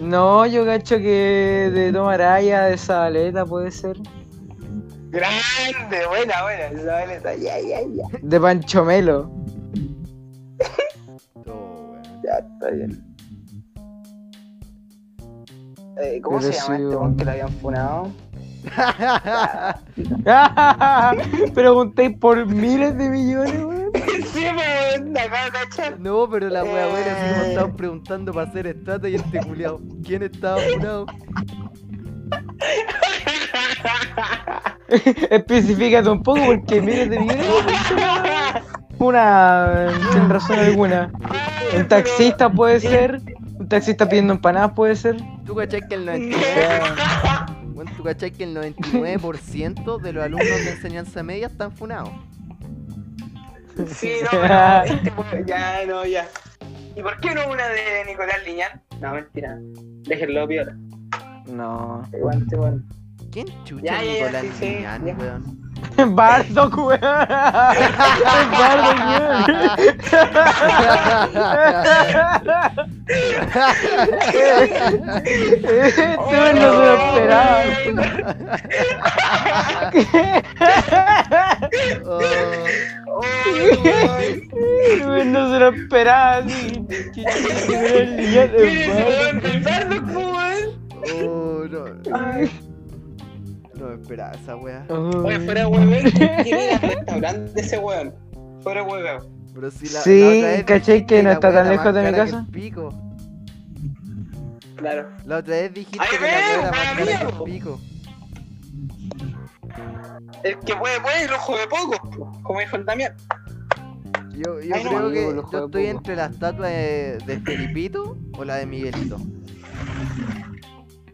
S3: No, yo cacho que de Tomaraya, de Zabaleta puede ser.
S1: [LAUGHS] Grande, buena, buena. Esa veleta, ya, ya, ya.
S3: De Panchomelo.
S2: [LAUGHS]
S3: [LAUGHS]
S2: Oh, weón. [LAUGHS]
S1: Ya, está bien. Eh, ¿Cómo
S3: Pero
S1: se llama
S3: sí,
S1: este
S3: weón.
S1: weón que lo habían funado?
S3: Preguntéis por miles de millones, weón.
S1: sí, weón, la acabo de cachar.
S2: no, pero la weá buena, así como
S1: Eh.
S2: estaban preguntando para hacer estatua y este culiao. ¿Quién estaba funado?
S3: Especificate un poco porque miles de millones. Una. eh, sin razón alguna. Un taxista puede ser. Un taxista pidiendo empanadas puede ser. [LAUGHS]
S2: ¿Tú cachai
S1: [LAUGHS]
S2: que el 99%,
S1: No.
S2: weón, ¿tú cachai que el 99 de los alumnos de enseñanza media están funados?
S1: Sí, no, pero este weón, ya, no, ya. ¿Y por qué no una de Nicolás Liñán? No, mentira. Déjenlo este piola.
S3: No.
S1: Aguante, weón.
S2: ¿Quién chucha
S1: Ya, ya, ya,
S2: Nicolás
S1: sí, sí,
S2: Liñán,
S1: ya. [LAUGHS]
S2: weón?
S3: Bardock, weón. Bardock, weón. [LAUGHS] Este weón no se lo esperaba.
S2: Oh,
S1: Oh, weón.
S3: Este weón no se lo esperaba. así.
S1: ¿Quién es el weón del Bardock, po, weón?
S2: oh, no, no me esperaba esa weá.
S1: Oye, fuera de huevón, ¿quién era el restaurante de ese weón? Fuera de huevón.
S2: Pero si la,
S3: Sí,
S2: la otra vez
S3: caché
S2: dijiste
S3: que no
S2: la
S3: está
S2: weá
S3: tan
S2: era más
S3: lejos de mi
S2: cara que
S3: casa.
S2: el Pico.
S1: Claro.
S2: La otra vez dijiste
S1: Ahí
S2: que la
S1: veo,
S2: weá era
S1: para
S2: más
S1: mí,
S2: cara que el
S1: po.
S2: pico.
S1: El que puede, puede, el ojo de poco. po, Como dijo el Damián.
S2: Yo, yo
S1: Ahí no,
S2: creo
S3: amigo,
S2: que yo
S3: lo juego
S2: estoy
S3: poco.
S2: entre la estatua de, de Felipito o la de Miguelito.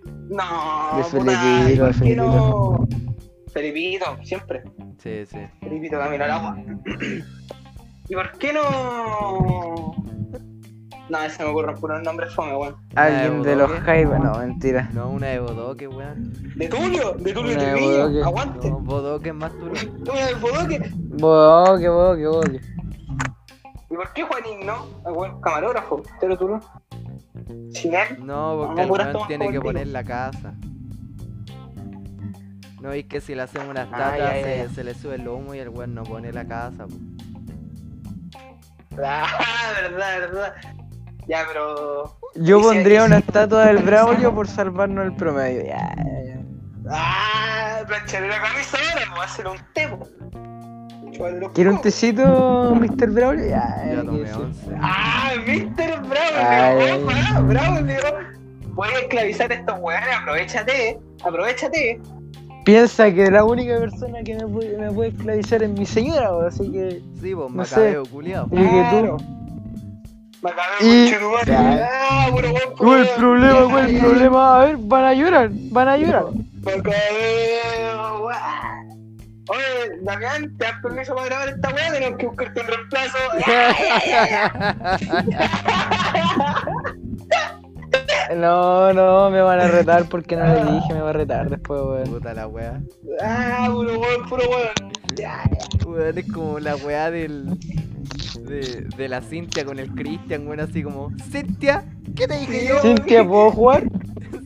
S1: No.
S3: De
S1: puta,
S3: Felipito,
S1: ¿por qué
S3: Felipito.
S1: no? Felipito, siempre.
S2: Sí, sí.
S1: Felipito camino al agua. ¿Y por qué no? No, se me ocurren puros nombres fome, weón.
S3: Alguien de los
S2: Bodoque.
S3: Jaivas. No, mentira.
S2: No, una de Bodoque, weón.
S1: ¿De Tulio? ¿De Tulio
S3: Una de
S1: Treviño?
S3: Bodoque.
S1: Aguante.
S2: No, Bodoque es más duro.
S1: ¿Tulio del Bodoque?
S3: Bodoque, bodoque, bodoque.
S1: ¿Y por qué Juanín no? Ah, weón, camarógrafo. Pero Tulio. Simón.
S2: No, porque
S1: No,
S2: el
S1: puras
S2: weón
S1: tomas
S2: tiene que
S1: contigo.
S2: poner la casa. No, y que si le hacemos unas
S3: Ah,
S2: tatas
S3: ya, ya,
S2: se,
S3: ya.
S2: se le sube el humo y el weón no pone la casa. po.
S1: [LAUGHS] Ah, verdad, verdad. Ya, pero.
S3: Yo
S1: Y si- y
S3: pondría
S1: si-
S3: una estatua del Braulio por salvarnos el promedio. Ya, ya, ya.
S1: Ah, plancharé la camisa ahora, me voy a pues, hacer un temo.
S3: ¿Quiere un tecito, Mr. Braulio? Ya,
S2: Ya
S3: ya,
S2: tomé
S3: sí.
S2: 11.
S1: Ah, Mr.
S3: Ay.
S1: Braulio, ah, Braulio. Voy a esclavizar a estos weones, aprovechate, aprovechate.
S3: Piensa que la única persona que me puede, me puede esclavizar es mi señora, weón, así que.
S2: Sí, pues
S3: No sé.
S2: macabeo, culiao.
S3: Y que
S1: Claro.
S3: tú.
S1: Macabeo,
S3: Y-
S1: conchetumare.
S3: Ya.
S1: Ah, puro buen
S3: ¿Cuál es el problema?
S1: culiao.
S3: ¿Cuál es el problema? A ver, van a llorar, van a llorar.
S1: Macabeo, ah. Oye, Damián, ¿te das permiso para grabar esta weá? Tenemos que buscarte un reemplazo.
S3: No, no, me van a retar porque no le dije, me va a retar después, weón.
S2: Puta la weá.
S1: Ah, puro weón, puro weón. Ya,
S2: Weón, es como la weá del. De, de la Cintia con el Cristian, weón, así como. Cintia, ¿qué te dije yo?
S3: Cintia, ¿puedo jugar?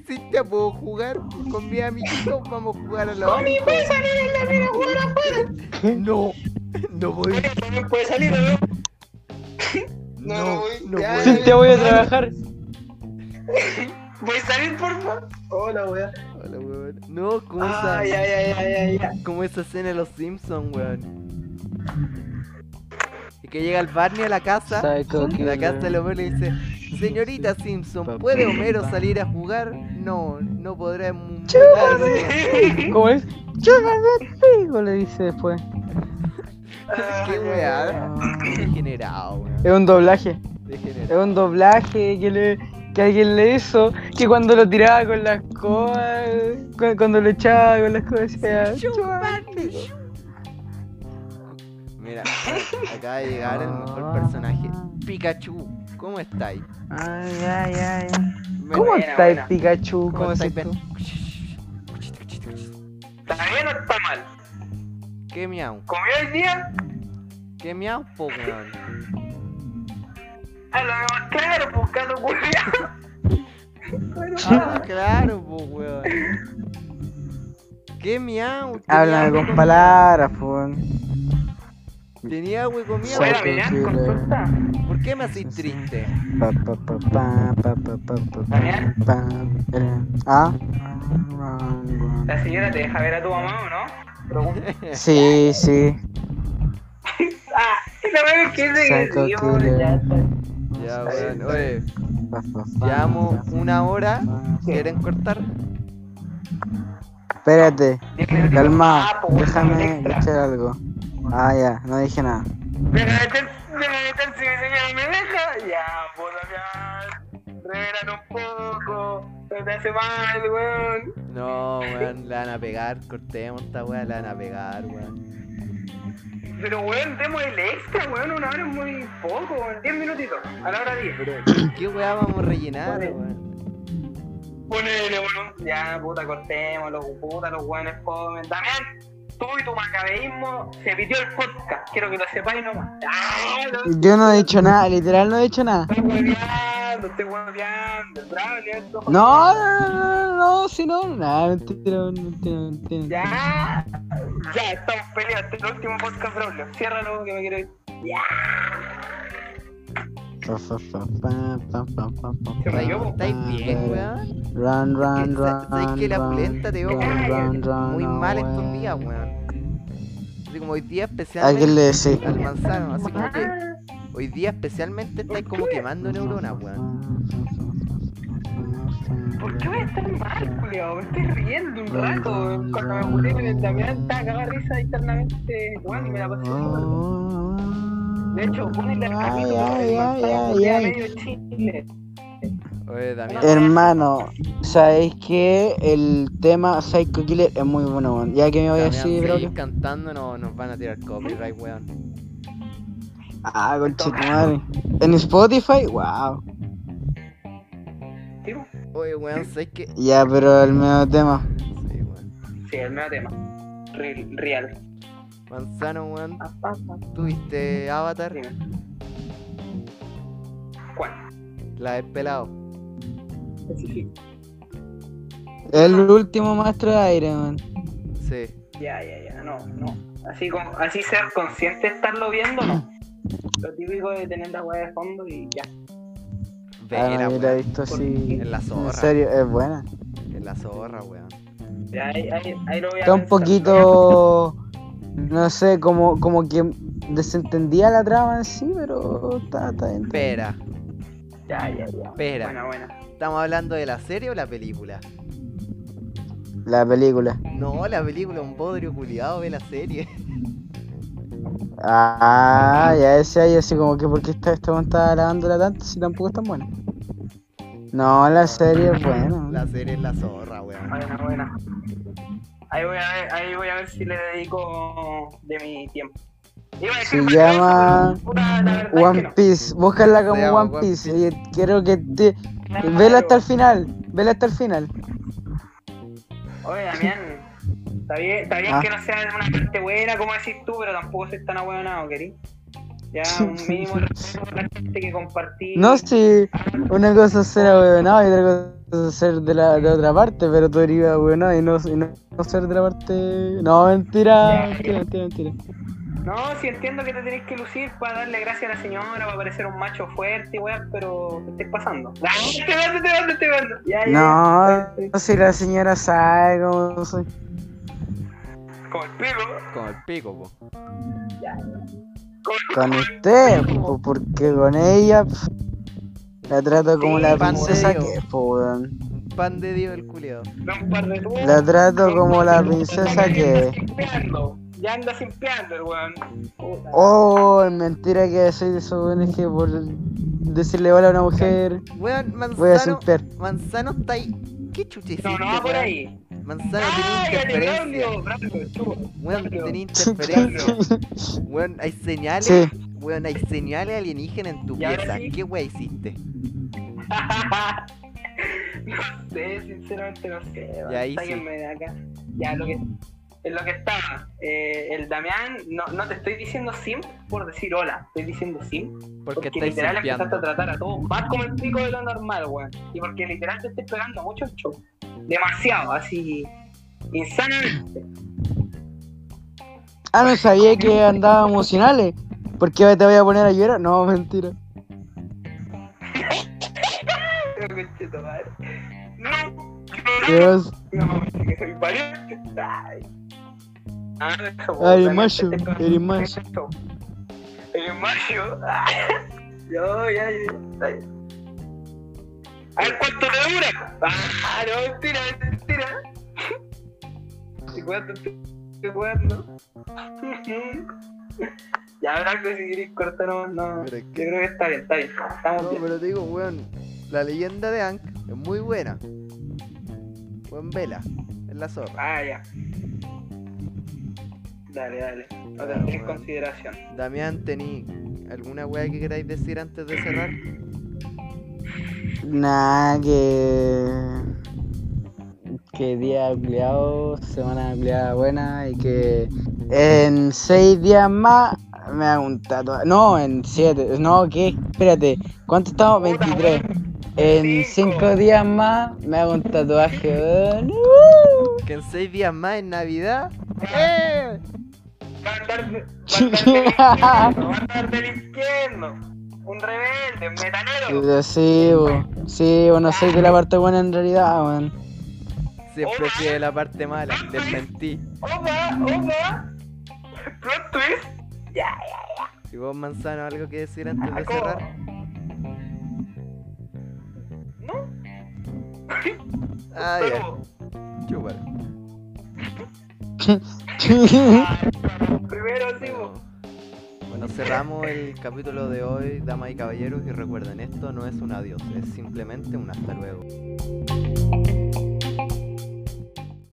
S2: Cintia, ¿puedo jugar con mis amiguitos? Vamos a jugar a la
S1: Mami, puedes salir en la mira, jugar afuera.
S2: No, no voy.
S1: Mami, puedes salir, ¿o no? No, no
S2: No,
S1: voy.
S2: no
S1: Ya,
S2: voy.
S3: Cintia, voy a trabajar.
S1: ¿Puedes salir, por favor? Hola, Ah, weón.
S2: Hola, weón. No, como esa,
S1: Ay, ay, ay, ay, ay, ay.
S2: como esa escena de los Simpsons, weón. Y que llega el Barney a la casa,
S3: Psycho
S2: y la casa
S3: killer.
S2: lo ve y le dice, señorita Simpson, ¿puede Homero salir a jugar? No, no podrá mu- mudarse".
S1: [LAUGHS]
S3: ¿Cómo es? Chúpame pico, le dice después.
S2: Qué weá. [COUGHS] Degenerado, weón.
S3: Es un doblaje. Es
S2: Degenerado.
S3: un doblaje que le que alguien le hizo, que cuando lo tiraba con las cosas, cuando lo echaba con las cosas decía,
S2: Mira, acaba de llegar el mejor personaje. Pikachu, ¿cómo estáis?
S3: Ay, ay, ay.
S2: Me-
S3: ¿Cómo
S1: Buena,
S3: estáis,
S1: buena.
S3: Pikachu?
S2: ¿Cómo
S3: ¿Cómo
S2: estáis,
S3: estás tú?
S2: Ben?
S1: ¿Está bien o está mal?
S2: ¿Qué miau?
S1: ¿Comió el día?
S2: ¿Qué miau, po, weón?
S1: A lo mejor, claro, buscando culiao. [LAUGHS]
S2: Ah, claro, po, weón. ¿Qué miau?
S3: Hablan
S2: Tenía
S3: con
S2: hueco-
S3: palabras, pues.
S2: Tenía hueco mío.
S1: Bueno,
S3: Psycho
S1: Damián,
S3: killer.
S1: consulta.
S2: ¿Por qué me hacís triste?
S3: Pa, pa, pa, pa, pa, pa, pa, pa,
S1: Damián.
S3: pa, eh, ¿Ah?
S1: La señora te deja ver a tu mamá, ¿o no? Pregunta.
S3: Sí, sí.
S1: Ah, y la verdad es que es de
S3: Psycho
S1: sí,
S3: killer.
S1: ya está.
S2: Ya,
S1: Está
S2: weón,
S1: bien,
S2: oye,
S3: Pa, pa, pa,
S2: llevamos
S3: pa,
S2: una hora.
S3: pa.
S2: ¿Quieren cortar?
S3: Espérate,
S1: Diez minutitos. Ah,
S3: calma,
S1: pues, bueno,
S3: déjame
S1: extra.
S3: echar algo. Ah, ya, no dije nada.
S1: Déjame tan, déjame tan, si mi señora me deja, ya, por Damián, revelan un poco, no te hace mal, weón.
S2: No, weón, la van a pegar. Cortemos esta weá, la van a pegar, weón.
S1: Pero weón, demos el extra, weón, una hora es muy poco, weón, 10 minutitos, a la hora 10.
S3: [CLEARS THROAT]
S2: Pero, ¿qué weá vamos a rellenar,
S1: Vale.
S2: weón?
S1: Ponele, weón. Ya, puta, cortemos, los puta, los weones comen. Damián, tú y tu macabeísmo se pitió el podcast, quiero que lo sepáis nomás. Ah, no,
S3: Yo no he dicho nada, literal no he dicho nada.
S1: estoy hueveando, estoy hueveando, bravo, ya, esto-
S3: No, no, no, no, no, si no. Nah, mentira, mentira, mentira.
S1: Ya, ya, estamos peleados. Este es el último podcast, Braulio. Ciérralo que me quiero ir.
S3: Pa, pa, pa, pa, pa, pa, pa, pa.
S1: Se rayó, po.
S2: ¿Estáis bien, weón?
S3: Run, run,
S2: Que sa-
S3: run.
S2: ¿Sabes que la
S3: run,
S2: pulenta te veo
S3: run,
S2: como
S3: run, run,
S2: muy mal estos
S3: away.
S2: días, weón? Así como hoy día
S3: ¿A quién
S2: especialmente
S3: le decís?
S2: al manzano, así como
S1: Ah.
S2: que hoy día especialmente estáis como quemando neuronas, weón.
S1: ¿Por qué voy a estar mal, culiao? Me estoy riendo un rato. weón. Cuando me puse en el Damián, estaba cagada de risa internamente. Bueno, y me la pasé. bien. De hecho, ponele el
S3: Ay,
S1: capítulo
S3: ay,
S1: del
S3: ay,
S1: Manzano,
S3: ay,
S1: que era
S3: ay.
S1: medio chile.
S2: Oye,
S3: Eh,
S2: Damián,
S3: Hermano, ¿sabéis que el tema Psycho Killer es muy bueno, weón? Ya que me voy a
S2: Damián
S3: decir,
S2: seguís
S3: bro.
S2: cantando no, nos van a tirar copyright, weón.
S3: Ah, conchetumare. En Spotify, wow.
S1: ¿Sí, po?
S2: Oye, weón, ¿sabes qué?
S3: Ya, pero el medio tema.
S2: Sí, weón.
S1: Sí, el nuevo tema. Real. real.
S2: Manzano, weón,
S1: Ah, ah, ah,
S2: tuviste Avatar,
S1: dime. ¿Cuál?
S2: la del pelado.
S1: específico.
S3: El
S2: Ah.
S3: último maestro de aire, man.
S2: Sí.
S3: Ah,
S1: Ya, ya, ya, no, no. Así como, así ser consciente de estarlo viendo, no. Lo típico de tener la weá de fondo y ya.
S3: Ah,
S2: Vera,
S3: no, yo la he
S2: weón.
S3: visto así.
S2: En la zorra.
S3: En serio, es buena.
S2: En la zorra, weón.
S1: Ya, ahí, ahí, ahí lo voy a
S3: Está un
S1: pensar,
S3: poquito. No sé, como, como que desentendía la trama en sí, pero está, está bien.
S2: Espera,
S1: ¿no? Ya, ya, ya.
S2: espera.
S1: Buena, buena.
S2: ¿Estamos hablando de la serie o la película?
S3: La película.
S2: No, la película, un bodrio culiado ve la serie.
S3: Ah, ya decía yo así como que porque esta esta weón está grabándola tanto si tampoco es tan buena. No, la serie es buena.
S2: La serie es la zorra, weón.
S1: Buena, buena. Ahí voy a ver, ahí voy a ver si le dedico de mi tiempo. Iba a decir
S3: Se
S1: otra cosa,
S3: llama
S1: pero, puta, la verdad es que
S3: One
S1: no.
S3: Piece, búscala como
S2: Se llama
S3: One
S2: One
S3: Piece.
S2: Piece.
S3: y quiero que te.
S1: Claro.
S3: Vela hasta el final, vela hasta el final.
S1: Oye, Damián, está bien, está bien
S3: Ah.
S1: que no sea una parte buena, como decís tú, pero tampoco soy tan ahueonado, querido. Ya, un mínimo respeto por la gente que compartí.
S3: No, si una cosa es ser ahueonado y otra cosa es ser de, la, de otra parte, pero tú eres ahueonado y no, y no no ser de la parte. No, mentira, mentira, mentira. mentira.
S1: No, sí entiendo que te tenés que lucir para darle gracias a la señora, para parecer un macho fuerte, weón, pero te estés pasando. [LAUGHS] Ay, te mando, te mando, te mando. Ya, ya,
S3: No, no, si la señora sabe cómo soy.
S1: ya. Como el pico.
S2: Con el pico, po.
S3: Con usted, po, porque con ella pf, la trato como
S1: Sí,
S3: la
S2: pan
S3: princesa
S2: serio.
S3: que es, po, weón.
S2: Un pan de Dios el culiado.
S1: Da un par de tubos.
S3: La trato como la princesa
S1: Ya
S3: que
S1: anda
S3: es.
S1: simpeando, Ya anda simpeando el weón. Puta.
S3: Oh, es mentira que soy de esos weones que por decirle hola a una mujer
S2: Weón,
S3: voy a
S2: manzano.
S3: simpear.
S2: Manzano está ahí. ¿Qué chuches?
S1: No, no va por ahí.
S2: Manzano
S1: ¡Ay,
S2: tenía
S1: el
S2: interferencia.
S1: Braulio! Braulio, chulo.
S2: Weón,
S1: Braulio.
S2: tenía
S1: Braulio.
S2: interferencia. Weón, hay señales.
S3: Sí.
S2: Weón, hay señales alienígenas en tu
S1: Y ahora
S2: pieza.
S1: sí.
S2: ¿Qué weón hiciste?
S1: [LAUGHS] no sé, sinceramente no sé. weón.
S2: ahí sí.
S1: Sáquenme de acá. Ya, lo que, en lo que estaba. eh, el Damián, no, no te estoy diciendo sim por decir hola, estoy diciendo sim.
S2: Porque estáis
S1: literal empezaste a
S2: simpiando.
S1: tratar a todos más como el pico de lo normal, weón. Y porque literal te estoy pegando mucho el show. Demasiado, así. Insanamente.
S3: [LAUGHS] Ah, no sabía que andaba emocionales. ¿Por qué te voy a poner a llorar? No, mentira.
S1: Conchetumadre. No, yo no.
S3: Dios.
S1: No, que soy valiente. Ay, Ah, eso,
S3: Ay,
S1: vos,
S3: macho,
S1: también te- te-
S3: eres macho.
S1: eso. Eres macho. [LAUGHS] Ay, Yo, ya, ya. ay. A ver cuánto te dura. Ah, no, mentira, mentira. [LAUGHS] Estoy jugando, estoy jugando. [LAUGHS] Ya habrá que si querés cortar no, no. Yo
S2: Pero es que-
S1: creo que está bien, está bien. Estamos
S2: No,
S1: bien.
S2: pero te digo, weón, la leyenda de Ank es muy buena. Buen vela, es la zorra.
S1: Ah, ya. Dale, dale. No
S2: Ah,
S1: tendré en
S2: bueno.
S1: consideración.
S2: Damián, ¿tení alguna weá que queráis decir antes de cerrar?
S3: Nada, que. Que día ampliado, semana ampliada buena y que en seis días más me hago un tatuaje. No, en siete. No, ¿qué? Espérate. ¿Cuánto estamos? 23. En
S1: Cinco.
S3: cinco días más me hago un tatuaje. weón.
S2: Que en seis días más en Navidad. ¡Eh!
S1: Va a andar de- va a andar del infierno, va a andar del infierno. Un rebelde, un metalero.
S3: Pero Sí, bo. sí, bueno, sé que la parte buena en realidad, weón.
S2: Siempre fui de la parte mala, desmentí.
S1: Opa, opa. Plot twist. Ya,
S2: Si vos, Manzano, algo que decir antes de
S1: ya, ¿cómo?
S2: cerrar.
S1: No,
S2: Ah, ya,
S1: pero.
S2: chúpalo.
S1: ah, pero Primero sí, vos.
S2: Bueno, cerramos el capítulo de hoy, damas y caballeros, y recuerden, esto no es un adiós, es simplemente un hasta luego.